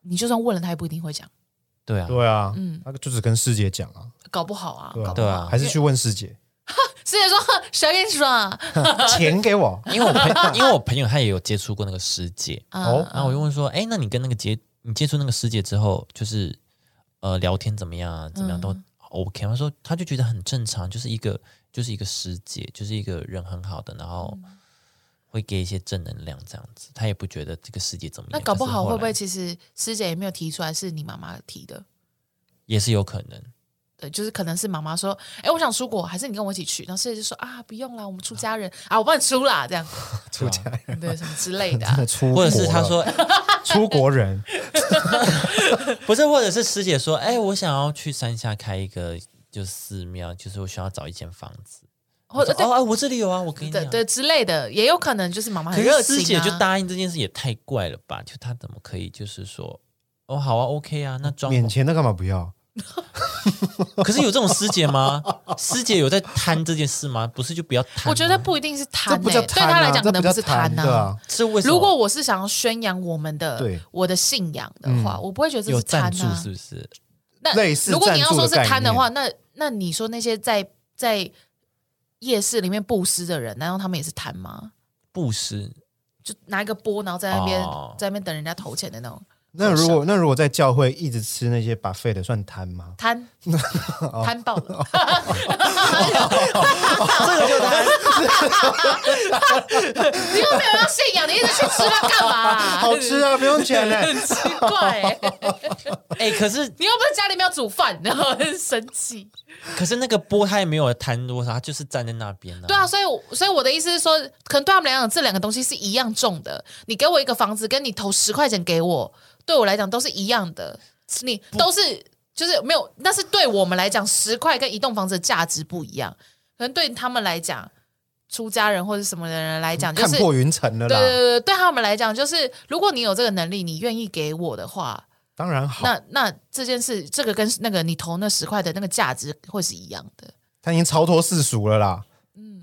Speaker 2: 你就算问了，他也不一定会讲，
Speaker 1: 对啊，
Speaker 3: 对啊，
Speaker 2: 嗯
Speaker 3: 他就只跟师姐讲啊，
Speaker 2: 搞不好啊，
Speaker 3: 对啊，
Speaker 2: 搞不好。
Speaker 1: 啊
Speaker 3: 还是去问师姐，
Speaker 2: 师姐说：“ <laughs> 谁跟你说啊
Speaker 3: 钱
Speaker 1: <laughs>
Speaker 3: 给我
Speaker 1: 因为我
Speaker 3: <laughs>
Speaker 1: 朋因为我朋友他也有接触过那个师姐，
Speaker 2: 嗯
Speaker 3: 哦
Speaker 1: 然后我就问说，哎，那你跟那个接你接触那个师姐之后，就是呃聊天怎么样啊？怎么样都
Speaker 2: 嗯
Speaker 1: OK？、他说他就觉得很正常，就是一个就是一个师姐，就是一个人很好的，然后
Speaker 2: 嗯
Speaker 1: 会给一些正能量这样子，他也不觉得这个师姐怎么
Speaker 2: 那
Speaker 1: 样。
Speaker 2: 搞不
Speaker 1: 可是
Speaker 2: 好
Speaker 1: 后来
Speaker 2: 会不会其实师姐也没有提出来，是你妈妈提的？
Speaker 1: 也是有可能？
Speaker 2: 对，就是可能是妈妈说：‘哎、我想出国，还是你跟我一起去？’然后师姐就说：‘啊，不用啦，我们出家人啊，我帮你出啦，这样 <laughs>
Speaker 3: 出家人，
Speaker 2: 对什么之类的、
Speaker 3: 真
Speaker 2: 啊。
Speaker 3: 的出国
Speaker 1: 啊或
Speaker 3: 了，
Speaker 1: 者是他说 <laughs>
Speaker 3: 出国人，
Speaker 1: 不是，或者是师姐说，哎，我想要去山下开一个就寺庙，就是我想要找一间房子，’
Speaker 2: 或者
Speaker 1: 我说哦、啊，我这里有啊，我给你、
Speaker 2: 对
Speaker 1: 啊。
Speaker 2: 对之类的，也有可能就是妈妈
Speaker 1: 可
Speaker 2: 很
Speaker 1: 是
Speaker 2: 热情、啊、
Speaker 1: 师姐就答应这件事也太怪了吧？就她怎么可以就是说，哦好啊，OK 啊，那装
Speaker 3: 免钱的干嘛不要？
Speaker 1: 可是有这种师姐吗？师姐有在贪这件事吗？不是就不要贪吗？
Speaker 2: 我觉得不一定是贪、
Speaker 3: 这
Speaker 2: 欸，
Speaker 3: 不叫
Speaker 2: 对
Speaker 3: 贪
Speaker 2: 他来
Speaker 3: 啊，
Speaker 2: 讲
Speaker 3: 这
Speaker 2: 可
Speaker 3: 不
Speaker 2: 能
Speaker 3: 叫
Speaker 2: 不是贪
Speaker 3: 对啊，
Speaker 1: 是为什么？
Speaker 2: 如果我是想要宣扬我们的
Speaker 3: 对
Speaker 2: 我的信仰的话，我不会觉得这
Speaker 1: 有
Speaker 2: 是贪
Speaker 1: 赞助
Speaker 2: 啊
Speaker 1: 是。不是？
Speaker 2: 那
Speaker 3: 类似
Speaker 2: 如果你要说是贪的话，
Speaker 3: 赞
Speaker 2: 那那你说那些在在夜市里面布施的人，难道他们也是贪吗？
Speaker 1: 布施
Speaker 2: 就拿一个钵，然后在那边、
Speaker 1: 哦
Speaker 2: 在那边等人家投钱的那种
Speaker 3: 那如果那如果在教会一直吃那些 buffet 的，算贪
Speaker 1: <laughs>
Speaker 3: 吗？
Speaker 2: 贪，贪爆了。
Speaker 1: 这个就贪，
Speaker 2: <laughs> 你又没有要信仰，你一直去吃它干嘛、
Speaker 3: 好吃啊，不用钱嘞。
Speaker 2: 很奇怪、欸。
Speaker 1: 哎、可是
Speaker 2: 你又不是家里没有煮饭，然后很生气。
Speaker 1: 可是那个波他也没有贪多少，他就是站在那边呢、
Speaker 3: 嗯
Speaker 2: 对啊，，所以我所以我的意思是说，可能对他们来讲，这两个东西是一样重的。你给我一个房子，跟你投十块钱给我，对我来讲都是一样的。你都是就是没有，但是对我们来讲，十块跟一栋房子的价值不一样。可能对他们来讲，出家人或者什么的人来 <laughs> 讲，就
Speaker 3: 看
Speaker 2: 是
Speaker 3: 破云层了
Speaker 2: 对对对，
Speaker 3: 啦，
Speaker 2: 对对他们来讲，就是如果你有这个能力，你愿意给我的话，
Speaker 3: 当然好。
Speaker 2: 那那这件事，这个跟那个你投那十块的那个价值会是一样的。
Speaker 3: 他已经超脱世俗了啦，嗯，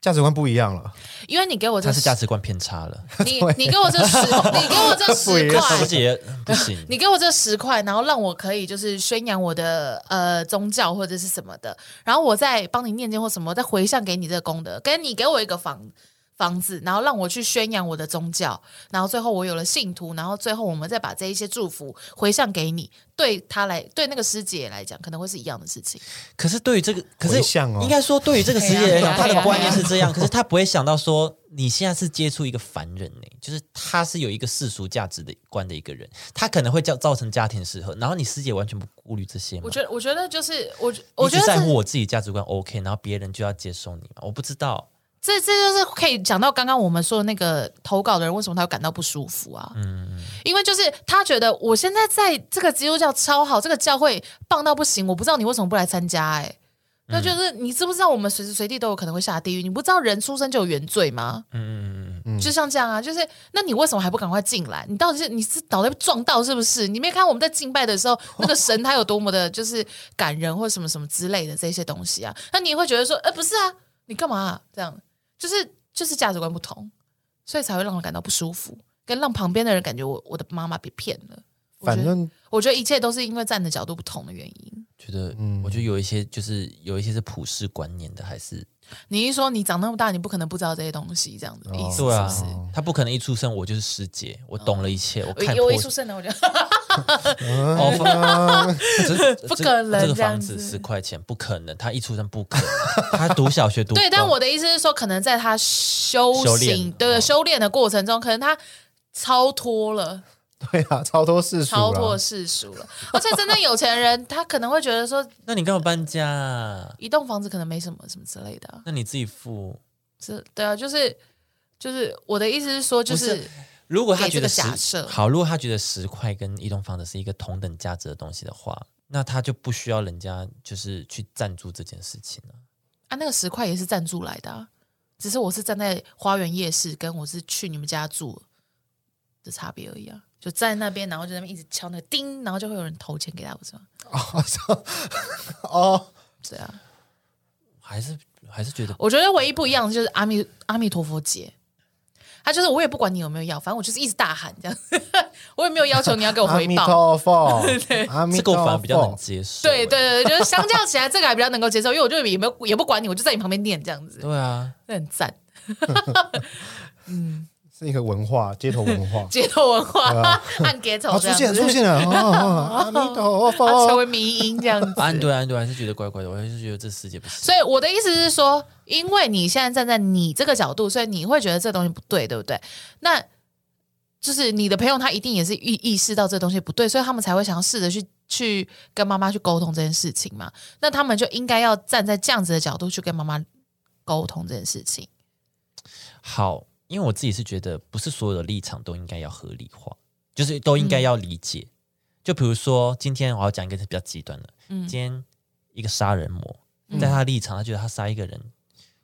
Speaker 3: 价值观不一样了。
Speaker 2: 因为你给我这
Speaker 1: 他是价值观偏差了。
Speaker 3: <laughs>
Speaker 2: 你你给我这十，你给我这
Speaker 3: 不一
Speaker 2: 十
Speaker 3: 样
Speaker 1: 师
Speaker 2: 块，
Speaker 1: 姐嗯不行，
Speaker 2: <laughs> 你给我这十块，然后让我可以就是宣扬我的呃宗教或者是什么的，然后我再帮你念经或什么，再回向给你这个功德，跟你给我一个房房子，然后让我去宣扬我的宗教，然后最后我有了信徒，然后最后我们再把这一些祝福回向给你，对他来对那个师姐来讲，可能会是一样的事情。
Speaker 1: 可是对于这个，可
Speaker 3: 回
Speaker 1: 是
Speaker 3: 向哦
Speaker 1: 应该说对于这个师姐来讲，
Speaker 2: 对啊
Speaker 1: 她
Speaker 2: 对啊
Speaker 1: 的观念是这样，可是她不会想到说你现在是接触一个凡人呢、就是他是有一个世俗价值的观的一个人，他可能会叫造成家庭失和，然后你师姐完全不顾虑这些嘛
Speaker 2: 我。觉得，我觉得就是我，
Speaker 1: 你
Speaker 2: 我觉
Speaker 1: 只
Speaker 2: 得
Speaker 1: 在
Speaker 2: 这
Speaker 1: 乎我自己价值观 OK，然后别人就要接受你嘛？我不知道，
Speaker 2: 这这就是可以讲到刚刚我们说的那个投稿的人为什么他会感到不舒服啊？因为就是他觉得我现在在这个基督教超好，这个教会棒到不行，我不知道你为什么不来参加哎、那
Speaker 1: 嗯
Speaker 2: 就是你知不知道我们随时随地都有可能会下地狱？你不知道人出生就有原罪吗？
Speaker 1: 嗯嗯嗯嗯，
Speaker 2: 就像这样啊，就是那你为什么还不赶快进来？你到底是你是脑袋被撞到是不是？你没看我们在敬拜的时候，那个神他有多么的就是感人或什么什么之类的这些东西啊？那你也会觉得说，呃，不是啊，你干嘛啊、这样？就是就是价值观不同，所以才会让我感到不舒服，跟让旁边的人感觉我我的妈妈被骗了。我觉
Speaker 3: 反
Speaker 2: 得
Speaker 3: 正
Speaker 2: 我觉得一切都是因为站的角度不同的原因。
Speaker 1: 觉得，
Speaker 3: 嗯
Speaker 1: 我觉得有一些就是有一些是普世观念的，还是
Speaker 2: 你一说你长那么大，你不可能不知道这些东西，这样子的意
Speaker 3: 哦
Speaker 2: 思是不
Speaker 1: 对啊
Speaker 2: 是？，
Speaker 1: 他不可能一出生我就是师姐，我懂了一切，我看
Speaker 2: 我我
Speaker 1: 破
Speaker 2: 一出生呢，我就
Speaker 1: 哦，
Speaker 3: 嗯
Speaker 1: 房
Speaker 2: <laughs>
Speaker 1: 这
Speaker 2: 不可能
Speaker 1: 这个
Speaker 2: 这样
Speaker 1: 房子
Speaker 2: 子
Speaker 1: 十块钱不可能，他一出生不可能，他读小学读
Speaker 2: 对，
Speaker 1: 高
Speaker 2: 但我的意思是说，可能在他修
Speaker 1: 修
Speaker 2: 行
Speaker 1: 炼
Speaker 2: 对、
Speaker 1: 哦
Speaker 2: 修炼的过程中，可能他超脱了，
Speaker 3: <laughs> 对啊，超脱世俗
Speaker 2: 超脱
Speaker 3: 了。
Speaker 2: 世俗了。而且真正有钱人，他可能会觉得说，
Speaker 1: 那你干嘛搬家啊？
Speaker 2: 一栋房子可能没什么什么之类的啊、
Speaker 1: 那你自己付，
Speaker 2: 是，对啊，就是就是我的意思是说，就
Speaker 1: 不
Speaker 2: 是
Speaker 1: 是如果他
Speaker 2: 给
Speaker 1: 觉
Speaker 2: 这
Speaker 1: 得
Speaker 2: 个
Speaker 1: 十
Speaker 2: 假设
Speaker 1: 好，如果他觉得十块跟移动房子是一个同等价值的东西的话，那他就不需要人家就是去赞助这件事情了。
Speaker 2: 啊，那个十块也是赞助来的、啊，只是我是站在花园夜市，跟我是去你们家住的差别而已啊。就站在那边，然后就在那边一直敲那个叮，然后就会有人投钱给他，不是吗？
Speaker 3: 哦 <laughs> 哦，
Speaker 2: 对啊，
Speaker 1: 还是还是觉得
Speaker 2: 我觉得唯一不一样的就是阿弥阿弥陀佛节，他就是我也不管你有没有要，反正我就是一直大喊这样， <laughs> 我也没有要求你要给我
Speaker 3: 阿
Speaker 2: 回
Speaker 3: 弥
Speaker 2: 报。
Speaker 3: 陀
Speaker 2: <laughs>
Speaker 3: 佛，阿弥
Speaker 1: 这个
Speaker 3: 陀
Speaker 1: 我反而
Speaker 3: 佛，
Speaker 1: 比较能接受、
Speaker 2: 对
Speaker 1: 欸
Speaker 2: 对对，对就是相较起来，这个还比较能够接受，因为我就也没有也不管你，我就在你旁边念这样子，
Speaker 1: 对啊，
Speaker 2: 那很赞，。
Speaker 3: 是一个文化，街头文化
Speaker 2: 街头文化
Speaker 3: 对啊，
Speaker 2: 按 ghetto <laughs> 这样子
Speaker 3: 啊，出现出现了，哦
Speaker 2: <laughs>
Speaker 3: 哦，阿弥陀
Speaker 2: 啊，成
Speaker 3: 佛，
Speaker 2: 为迷音这样子。 <laughs>
Speaker 1: 安对安对还是觉得怪怪的，我还是觉得这世界不行。
Speaker 2: 所以我的意思是说，因为你现在站在你这个角度，所以你会觉得这东西不对，对不对？那就是你的朋友他一定也是意意识到这东西不对，所以他们才会想要试着去去跟妈妈去沟通这件事情嘛。那他们就应该要站在这样子的角度去跟妈妈沟通这件事情。
Speaker 1: 好，因为我自己是觉得，不是所有的立场都应该要合理化，就是都应该要理解。就比如说，今天我要讲一个比较极端的，
Speaker 2: 嗯
Speaker 1: 今天一个杀人魔，
Speaker 2: 嗯
Speaker 1: 在他的立场，他觉得他杀一个人，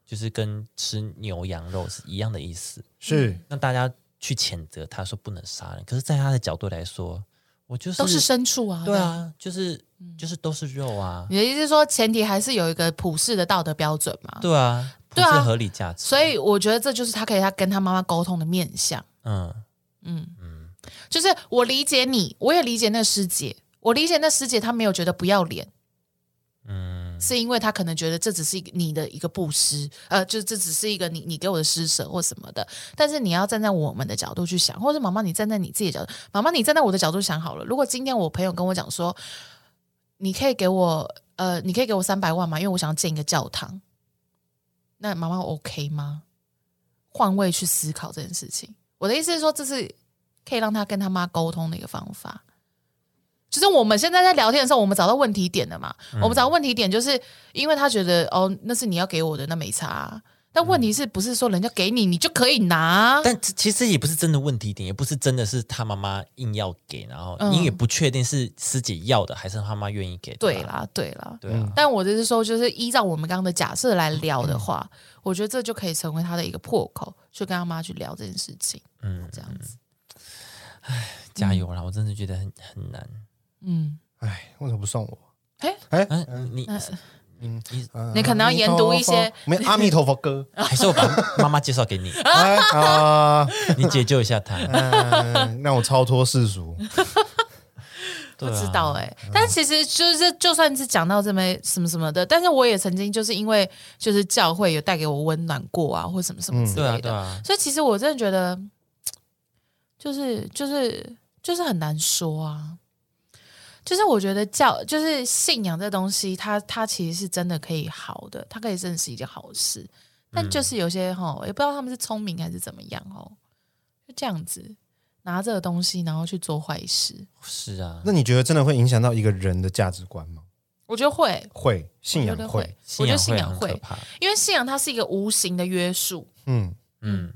Speaker 1: 就是跟吃牛羊肉是一样的意思。
Speaker 3: 是
Speaker 1: 那大家去谴责他说不能杀人，可是，在他的角度来说，我就是
Speaker 2: 都是牲畜啊，
Speaker 1: 对。啊，就是
Speaker 2: 嗯
Speaker 1: 就是都是肉啊，
Speaker 2: 你的意思是说，前提还是有一个普世的道德标准嘛？
Speaker 1: 对啊，不
Speaker 2: 对
Speaker 1: 是
Speaker 2: 啊
Speaker 1: 合理价值。
Speaker 2: 所以我觉得这就是他可以他跟他妈妈沟通的面向。
Speaker 1: 嗯，
Speaker 2: 就是我理解你，我也理解那师姐，我理解那师姐她没有觉得不要脸，嗯，是因为她可能觉得这只是一个你的一个布施，呃，就这只是一个你你给我的施舍或什么的。但是你要站在我们的角度去想，或者妈妈你站在你自己的角度，妈妈你站在我的角度想好了。如果今天我朋友跟我讲说，你可以给我呃，你可以给我三百万吗？因为我想要建一个教堂，那妈妈 OK 吗？换位去思考这件事情。我的意思是说，这是可以让他跟他妈沟通的一个方法。就是我们现在在聊天的时候，我们找到问题点了嘛？我们找到问题点，就是因为他觉得哦，那是你要给我的，那没差啊、但问题是不是说人家给你，你就可以拿啊？
Speaker 1: 但其其实也不是真的问题点，也不是真的是他妈妈硬要给，然后
Speaker 2: 嗯
Speaker 1: 你也不确定是师姐要的还是他妈愿意给的。
Speaker 2: 对，啦，对啦。
Speaker 1: 对
Speaker 3: 嗯
Speaker 1: 啊，
Speaker 2: 但我的是说，就是依照我们刚刚的假设来聊的话，我觉得这就可以成为他的一个破口，去跟他妈去聊这件事情，
Speaker 1: 嗯，
Speaker 2: 这样子。
Speaker 1: 加油啦！我真的觉得很很难。
Speaker 2: 嗯，
Speaker 3: 哎，为什么不送我？
Speaker 1: 嗯、你
Speaker 3: 嗯
Speaker 1: 你 <laughs> 你
Speaker 3: 呃
Speaker 2: 你可能要研读一些
Speaker 3: 没有阿弥陀佛歌，
Speaker 2: <laughs>
Speaker 1: 还是我把妈妈介绍给你，
Speaker 3: 哎啊，
Speaker 1: 你解救一下她。
Speaker 3: 嗯让我超脱世俗。
Speaker 1: 不啊
Speaker 2: 不知道哎、但其实就是就算是讲到这么什么什么的，但是我也曾经就是因为就是教会有带给我温暖过啊，或什么什么之类
Speaker 1: 对
Speaker 2: 的。
Speaker 1: 啊，对啊，
Speaker 2: 所以其实我真的觉得，就是就是就是很难说啊。就是我觉得教就是信仰这东西，它它其实是真的可以好的，它可以真的是一件好事。但
Speaker 1: 嗯
Speaker 2: 就是有些哈，也不知道他们是聪明还是怎么样哦，就这样子拿这个东西，然后去做坏事，
Speaker 1: 是啊。
Speaker 3: 那你觉得真的会影响到一个人的价值观吗？
Speaker 2: 我觉得会
Speaker 3: 会，信
Speaker 2: 我觉
Speaker 3: 仰
Speaker 2: 得
Speaker 3: 会，，
Speaker 2: 我觉得信
Speaker 1: 会
Speaker 2: 仰
Speaker 1: 很可
Speaker 2: 会，
Speaker 1: 怕。
Speaker 2: 因为信仰它是一个无形的约束，
Speaker 3: 嗯，
Speaker 1: 嗯，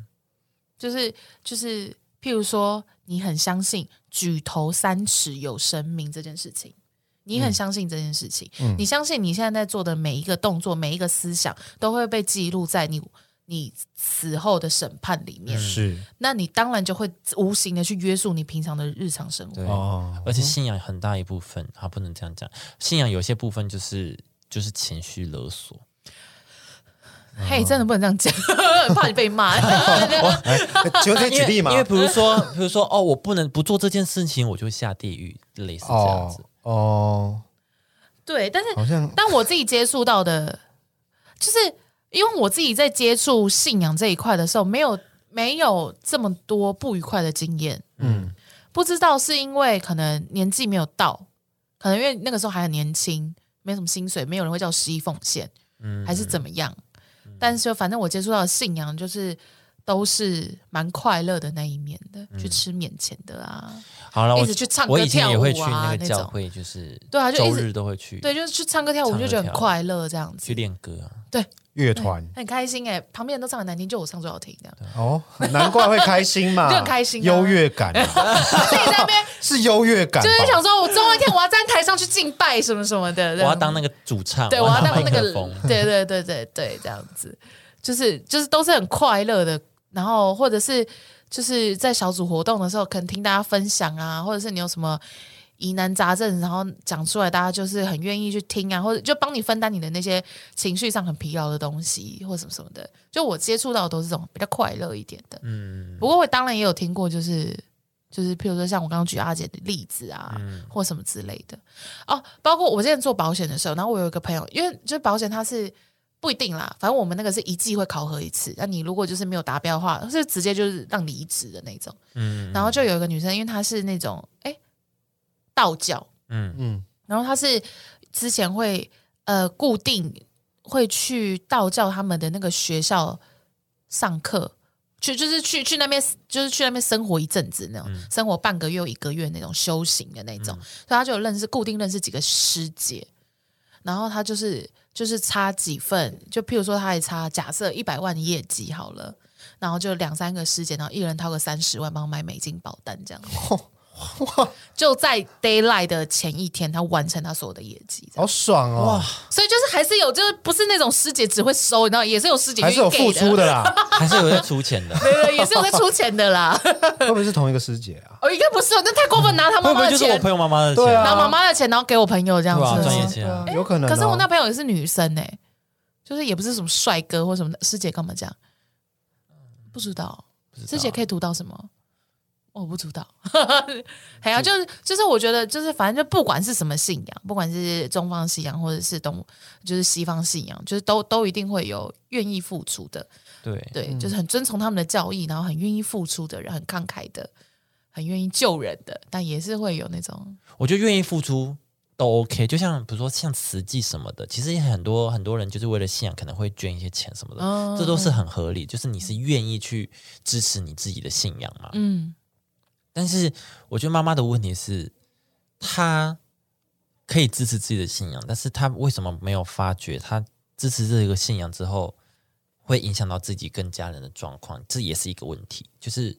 Speaker 2: 就是就是，譬如说你很相信举头三尺有神明这件事情。你很相信这件事情，你相信你现在在做的每一个动作、每一个思想都会被记录在你你死后的审判里面， <laughs>
Speaker 3: 是
Speaker 2: 那你当然就会无形的去约束你平常的日常生活
Speaker 1: 对。
Speaker 3: 哦，
Speaker 1: 而且信仰很大一部分啊，不能这样讲。信仰有些部分就是就是情绪勒索。
Speaker 2: 嘿，真的不能这样讲，很怕你被骂。
Speaker 3: 哎请问可以举例吗
Speaker 1: 因为因？为比如说， <laughs> 比如说，哦，我不能不做这件事情，我就会下地狱，类似这样子
Speaker 3: 哦。哦，
Speaker 2: 对，但是
Speaker 3: 好像
Speaker 2: 但我自己接触到的，就是因为我自己在接触信仰这一块的时候，没有没有这么多不愉快的经验。
Speaker 3: 嗯
Speaker 2: 不知道是因为可能年纪没有到，可能因为那个时候还很年轻，没什么薪水，没有人会叫十一奉献，
Speaker 1: 嗯
Speaker 2: 还是怎么样。但是反正我接触到的信仰就是都是蛮快乐的那一面的，去吃免钱的啊，
Speaker 1: 好了，我
Speaker 2: 一直去唱歌
Speaker 1: 我以前也会去
Speaker 2: 跳舞啊
Speaker 1: 那个
Speaker 2: 那
Speaker 1: 教
Speaker 2: 种
Speaker 1: 会，就是
Speaker 2: 对啊就一
Speaker 1: 周
Speaker 2: 直
Speaker 1: 日都会去，
Speaker 2: 对，就是去唱歌跳舞
Speaker 1: 唱歌
Speaker 2: 就觉得很
Speaker 1: 跳舞
Speaker 2: 快乐这样子
Speaker 1: 去，练歌啊。
Speaker 3: 乐团
Speaker 2: 很开心哎、旁边人都唱很难听，就我唱最好听这样。
Speaker 3: 哦，难怪会开心
Speaker 2: <laughs>
Speaker 3: 嘛，
Speaker 2: 就很开心啊
Speaker 3: 优越感啊
Speaker 2: <laughs> 自己在那边
Speaker 3: <laughs> 是优越感吧，
Speaker 2: 就是想说，我总有一天我要站台上去敬拜什么什么的，
Speaker 1: 我
Speaker 2: 这样
Speaker 1: 要当那个主唱，
Speaker 2: 啊对，我
Speaker 1: 我
Speaker 2: 要当
Speaker 1: 麦
Speaker 2: 那
Speaker 1: 克
Speaker 2: 个
Speaker 1: 风，，
Speaker 2: <laughs> 对对对对对，这样子，就是就是都是很快乐的，然后或者是就是在小组活动的时候，可能听大家分享啊，或者是你有什么疑难杂症，然后讲出来，大家就是很愿意去听啊，或者就帮你分担你的那些情绪上很疲劳的东西，或什么什么的。就我接触到的都是这种比较快乐一点的，
Speaker 1: 嗯，
Speaker 2: 不过我当然也有听过，就是就是譬如说像我刚刚举阿姐的例子啊，
Speaker 1: 嗯
Speaker 2: 或什么之类的哦。包括我之前做保险的时候，然后我有一个朋友，因为就是保险它是不一定啦，反正我们那个是一季会考核一次，那你如果就是没有达标的话，是直接就是让离职的那种。
Speaker 1: 嗯，
Speaker 2: 然后就有一个女生，因为她是那种哎道教，
Speaker 1: 嗯
Speaker 3: 嗯，
Speaker 2: 然后她是之前会呃固定会去道教他们的那个学校上课，去就是去去那边就是去那边生活一阵子那种，生活半个月或一个月那种修行的那种，所以她就有认识固定认识几个师姐，然后她就是就是差几份，就譬如说她还差假设一百万的业绩好了。然后就两三个师姐，然后一人掏个三十万帮我买美金保单，这样。就在 d a y l i g h t 的前一天，她完成她所有的业绩，这样
Speaker 3: 好爽哦，
Speaker 2: 所以就是还是有，就是不是那种师姐只会收，你知道，也是有师姐
Speaker 3: 还是有
Speaker 2: 愿意
Speaker 3: 付
Speaker 2: 给
Speaker 3: 出
Speaker 2: 的，
Speaker 3: 的啦，
Speaker 1: 还是有在出钱的，
Speaker 2: 对对，也是有在出钱的啦。
Speaker 3: 会不会是同一个师姐啊？
Speaker 2: 哦，应该不是哦，那太过分，拿他
Speaker 1: 会
Speaker 2: <laughs>
Speaker 1: 不
Speaker 2: 妈妈
Speaker 1: 会
Speaker 2: 的
Speaker 1: 就是我
Speaker 2: 钱，
Speaker 1: 朋友妈妈的
Speaker 3: 对
Speaker 1: 钱？
Speaker 3: 啊
Speaker 2: 拿妈妈的钱，然后给我朋友这样
Speaker 1: 对啊，
Speaker 2: 子。
Speaker 1: 专业
Speaker 2: 是
Speaker 1: 钱啊，
Speaker 3: 有可能哦，
Speaker 2: 哎可是我那朋友也是女生哎，就是也不是什么帅哥或什么的，师姐干嘛这样？不知道，师姐可以读到什么？我不知道， <laughs> 还有、就是就是，我觉得就是，反正就不管是什么信仰，不管是中方信仰或者是东，就是西方信仰，就是都都一定会有愿意付出的，
Speaker 1: 对，
Speaker 2: 对，就是很遵从他们的教义，然后很愿意付出的人，很慷慨的，很愿意救人的，但也是会有那种
Speaker 1: 我就愿意付出都 OK。就像比如说像慈济什么的，其实也很多很多人就是为了信仰可能会捐一些钱什么的，
Speaker 2: 嗯
Speaker 1: 这都是很合理。就是你是愿意去支持你自己的信仰嘛？
Speaker 2: 嗯
Speaker 1: 但是我觉得妈妈的问题是，她可以支持自己的信仰，但是她为什么没有发觉，她支持这个信仰之后，会影响到自己跟家人的状况，这也是一个问题。就是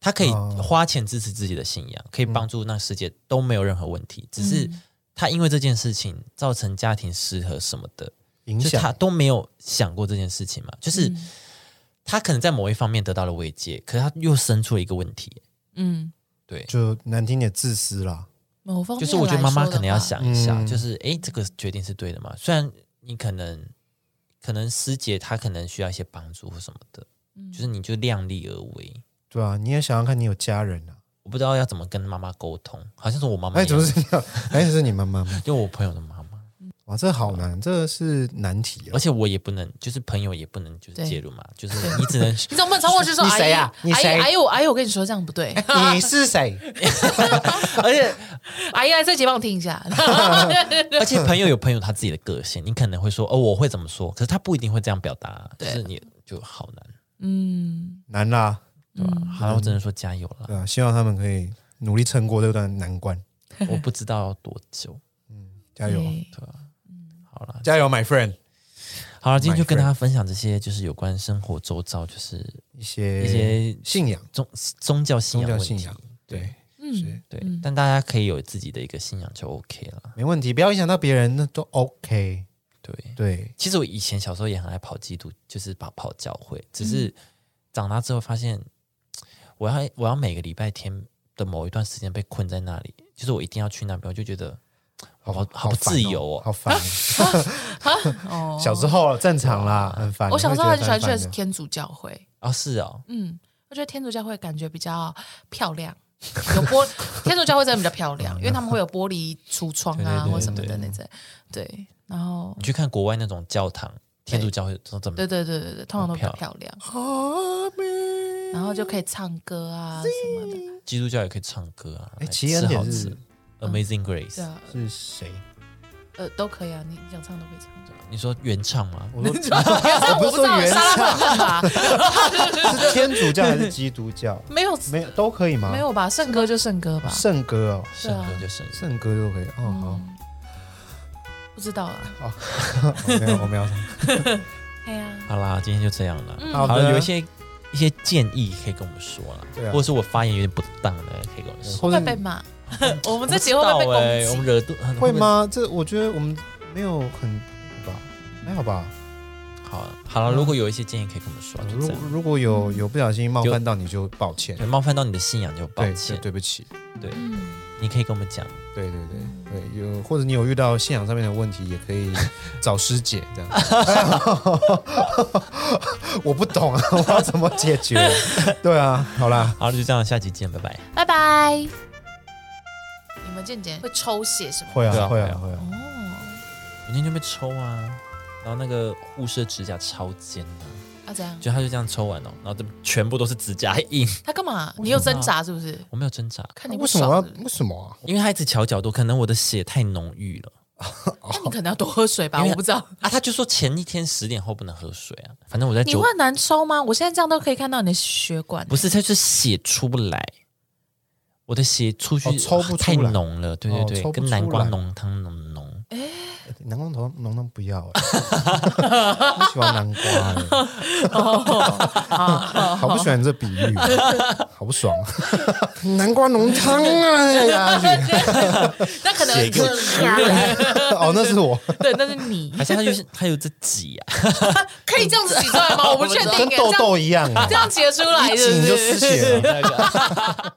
Speaker 1: 她可以
Speaker 3: 哦嗯
Speaker 1: 花钱支持自己的信仰，可以帮助那个世界都没有任何问题，只是她因为这件事情造成家庭失和什么的，
Speaker 3: 影
Speaker 1: 就他
Speaker 3: 响，
Speaker 1: 都没有想过这件事情嘛，就是
Speaker 2: 嗯
Speaker 1: 他可能在某一方面得到了慰藉，可是他又生出了一个问题，
Speaker 2: 嗯，
Speaker 1: 对，
Speaker 3: 就难听点自私啦，
Speaker 2: 某方面
Speaker 1: 就是我觉得妈妈
Speaker 2: 哦来说的
Speaker 1: 可能要
Speaker 2: 话
Speaker 1: 想一下，
Speaker 3: 嗯
Speaker 1: 就是诶，这个决定是对的嘛？虽然你可能可能师姐她可能需要一些帮助或什么的，
Speaker 2: 嗯
Speaker 1: 就是你就量力而为。
Speaker 3: 对啊，你也想想看，你有家人啊，
Speaker 1: 我不知道要怎么跟妈妈沟通，好像是我妈妈一样，
Speaker 3: 哎，
Speaker 1: <laughs>
Speaker 3: 怎么是你啊？哎，这是你妈妈吗？
Speaker 1: 就我朋友的妈妈，
Speaker 3: 哇，这好难，这是难题啊
Speaker 1: 而！且我也不能，就是朋友也不能就是
Speaker 2: 对
Speaker 1: 介入嘛，就是你只
Speaker 2: <laughs>
Speaker 1: 能
Speaker 2: 你怎么不能冲过
Speaker 1: <laughs>
Speaker 2: 去说？
Speaker 3: 你谁
Speaker 2: 呀
Speaker 3: 啊、你谁
Speaker 2: 阿姨，阿姨，我阿姨，我跟你说这样不对。
Speaker 3: <laughs> 你是谁？
Speaker 1: 而且
Speaker 2: 阿姨来这集帮我听一
Speaker 1: <laughs>
Speaker 2: 下。
Speaker 1: 而且朋友有朋友他自己的个性，你可能会说哦，我会怎么说，可是他不一定会这样表达，就
Speaker 2: 对
Speaker 1: 是你就好难，
Speaker 2: 嗯，
Speaker 3: 难啦，
Speaker 1: 对吧？
Speaker 3: 嗯
Speaker 1: 好了，我只能说加油了。
Speaker 3: 对啊，希望他们可以努力撑过这段难关，
Speaker 1: 我不知道要多久，
Speaker 3: 加
Speaker 1: 哎
Speaker 3: 油，
Speaker 2: <laughs> 对嗯
Speaker 1: 好了，
Speaker 3: 加油，my friend！
Speaker 1: 好了，今天就
Speaker 3: My
Speaker 1: 跟大家分享这些，就是有关生活周遭，就是
Speaker 3: 一些
Speaker 1: 一些
Speaker 3: 信仰，
Speaker 1: 宗宗教信
Speaker 3: 宗
Speaker 1: 仰
Speaker 3: 教
Speaker 1: 问
Speaker 3: 信
Speaker 1: 题
Speaker 3: 仰。，对，
Speaker 2: 嗯，
Speaker 1: 对，但大家可以有自己的一个信仰就 OK 了。
Speaker 3: 没问题，不要影响到别人，那都 OK。
Speaker 1: 对，
Speaker 3: 对，
Speaker 1: 其实我以前小时候也很爱跑基督，就是跑跑教会，只
Speaker 2: 嗯
Speaker 1: 是长大之后发现，我要我要每个礼拜天的某一段时间被困在那里，就是我一定要去那边，我就觉得
Speaker 3: 好
Speaker 1: 好好不
Speaker 3: 烦
Speaker 1: 自由哦
Speaker 3: 好烦哦。
Speaker 2: <laughs> 哦，
Speaker 3: 小时候正常啦，很烦。
Speaker 2: 我小时候
Speaker 3: 会
Speaker 2: 很
Speaker 3: 觉
Speaker 2: 喜
Speaker 3: 得
Speaker 2: 欢
Speaker 3: 很
Speaker 2: 去
Speaker 3: 烦
Speaker 2: 的是
Speaker 3: 的
Speaker 2: 天主教会，
Speaker 1: 啊是哦，
Speaker 2: 嗯，我觉得天主教会感觉比较漂亮，有
Speaker 1: <laughs>
Speaker 2: 玻天主教会真的比较漂亮，因为他们会有玻璃橱窗啊
Speaker 1: 对对对
Speaker 2: 或什么的那种，对，然后
Speaker 1: 你去看国外那种教堂，天主教会都怎么
Speaker 2: 对对对对对，通常都比较漂亮，然后就可以唱歌啊什么的，
Speaker 1: 基督教也可以唱歌啊，
Speaker 3: 哎，
Speaker 1: 来
Speaker 3: 奇恩
Speaker 1: 吃
Speaker 3: 点
Speaker 1: 好吃
Speaker 3: 是
Speaker 1: Amazing Grace，
Speaker 2: 对啊，
Speaker 3: 是谁？
Speaker 2: 啊呃，都可以啊，你想唱都可以唱。
Speaker 1: 你说原唱吗？
Speaker 3: 我说
Speaker 2: 但我
Speaker 3: 我
Speaker 2: 不知
Speaker 3: 不是说
Speaker 2: 道
Speaker 3: 原
Speaker 2: 沙拉
Speaker 3: 唱，
Speaker 2: 粉吧？
Speaker 3: <laughs> 是天主教还是基督教？
Speaker 2: <laughs> 没有
Speaker 3: 没有都可以吗？
Speaker 2: 没有吧？圣歌就圣歌吧，嗯
Speaker 3: 圣歌哦，
Speaker 2: 对
Speaker 1: 圣
Speaker 2: 啊
Speaker 1: 歌就圣歌，
Speaker 3: 圣歌都可以哦。好，
Speaker 2: 不知道啊。
Speaker 3: 我没有，我
Speaker 2: <laughs>
Speaker 3: 没有。
Speaker 2: 哎呀，
Speaker 1: 好啦，今天就这样了。
Speaker 2: 嗯
Speaker 3: 好
Speaker 1: 好
Speaker 3: 的
Speaker 1: 了，有一些一些建议可以跟我们说了，
Speaker 3: 对啊
Speaker 1: 或者是我发言有点不当的，可以跟我们说。
Speaker 3: 或
Speaker 2: 会被
Speaker 3: 者
Speaker 2: 骂。 <laughs> 我们
Speaker 1: 我
Speaker 2: 这节会不会被
Speaker 1: 不知道欸我们
Speaker 2: 攻击？
Speaker 1: 惹怒
Speaker 3: 会？吗？这我觉得我们没有很吧，还好吧。
Speaker 1: 好，好了，如果有一些建议可以跟我们说，就
Speaker 3: 如
Speaker 1: 哦这样。
Speaker 3: 如果
Speaker 2: 嗯
Speaker 3: 有有不小心冒犯到你，就抱歉
Speaker 1: 对，，冒犯到你的信仰就抱
Speaker 3: 对，对
Speaker 1: 歉。
Speaker 3: 对不起，
Speaker 1: 对，
Speaker 2: 嗯，
Speaker 1: 你可以跟我们讲。
Speaker 3: 对对对对，有或者你有遇到信仰上面的问题，也
Speaker 1: <laughs>
Speaker 3: 可以找师姐这样。 <laughs> 我不懂啊，我要怎么解
Speaker 1: <laughs>
Speaker 3: 决？对啊，好啦，
Speaker 1: 好了，就这样，下期见，拜拜。
Speaker 2: 拜拜。你们健健会抽血什么？
Speaker 3: 会
Speaker 1: 对
Speaker 3: 啊
Speaker 1: 啊会
Speaker 3: 会啊
Speaker 1: 啊
Speaker 3: 会啊，
Speaker 2: 哦，
Speaker 1: 我今天就被抽啊，然后那个护士的指甲超尖的、
Speaker 2: 要啊怎样？
Speaker 1: 就他就这样抽完了、哦然后这全部都是指甲印，
Speaker 2: 他干嘛？你有挣扎是不是？
Speaker 1: <laughs> 我没有挣扎，
Speaker 2: 看你不
Speaker 3: 为什么要
Speaker 2: 爽是不是
Speaker 3: 为什么啊？
Speaker 1: 因为他一直调角度，可能我的血太浓郁了
Speaker 2: 那你可能要多喝水吧？
Speaker 1: 因为
Speaker 2: 我不知道。
Speaker 1: 啊。他就说前一天十点后不能喝水啊，反正我在
Speaker 2: 你
Speaker 1: 九
Speaker 2: 会，难抽吗？我现在这样都可以看到你的血管。
Speaker 1: 不是，他就是血出不来。我的血出去、啊
Speaker 3: 哦抽不出来
Speaker 1: 太浓了，对对
Speaker 3: 哦
Speaker 1: 对，
Speaker 3: 抽不
Speaker 1: 跟南瓜
Speaker 3: 出来哎
Speaker 1: 浓汤浓浓。
Speaker 3: 南瓜头浓浓不
Speaker 2: <laughs>
Speaker 3: 要、欸，不喜欢南瓜、欸，好不喜欢你这比喻，好不爽，啊南瓜浓汤啊！哎呀
Speaker 2: <laughs> 那可能啊
Speaker 1: 血给我
Speaker 3: 哦，那是我，
Speaker 2: 对，那是你
Speaker 1: 还是他就是他有这挤啊，
Speaker 2: 可以这样子挤出来吗？我不确定
Speaker 3: 跟
Speaker 2: 耶，
Speaker 3: 豆
Speaker 2: 这样
Speaker 3: 豆一样、啊
Speaker 2: 这，样挤得出来
Speaker 3: 一
Speaker 2: 是不
Speaker 3: 挤你
Speaker 2: 是？
Speaker 3: 就失血了。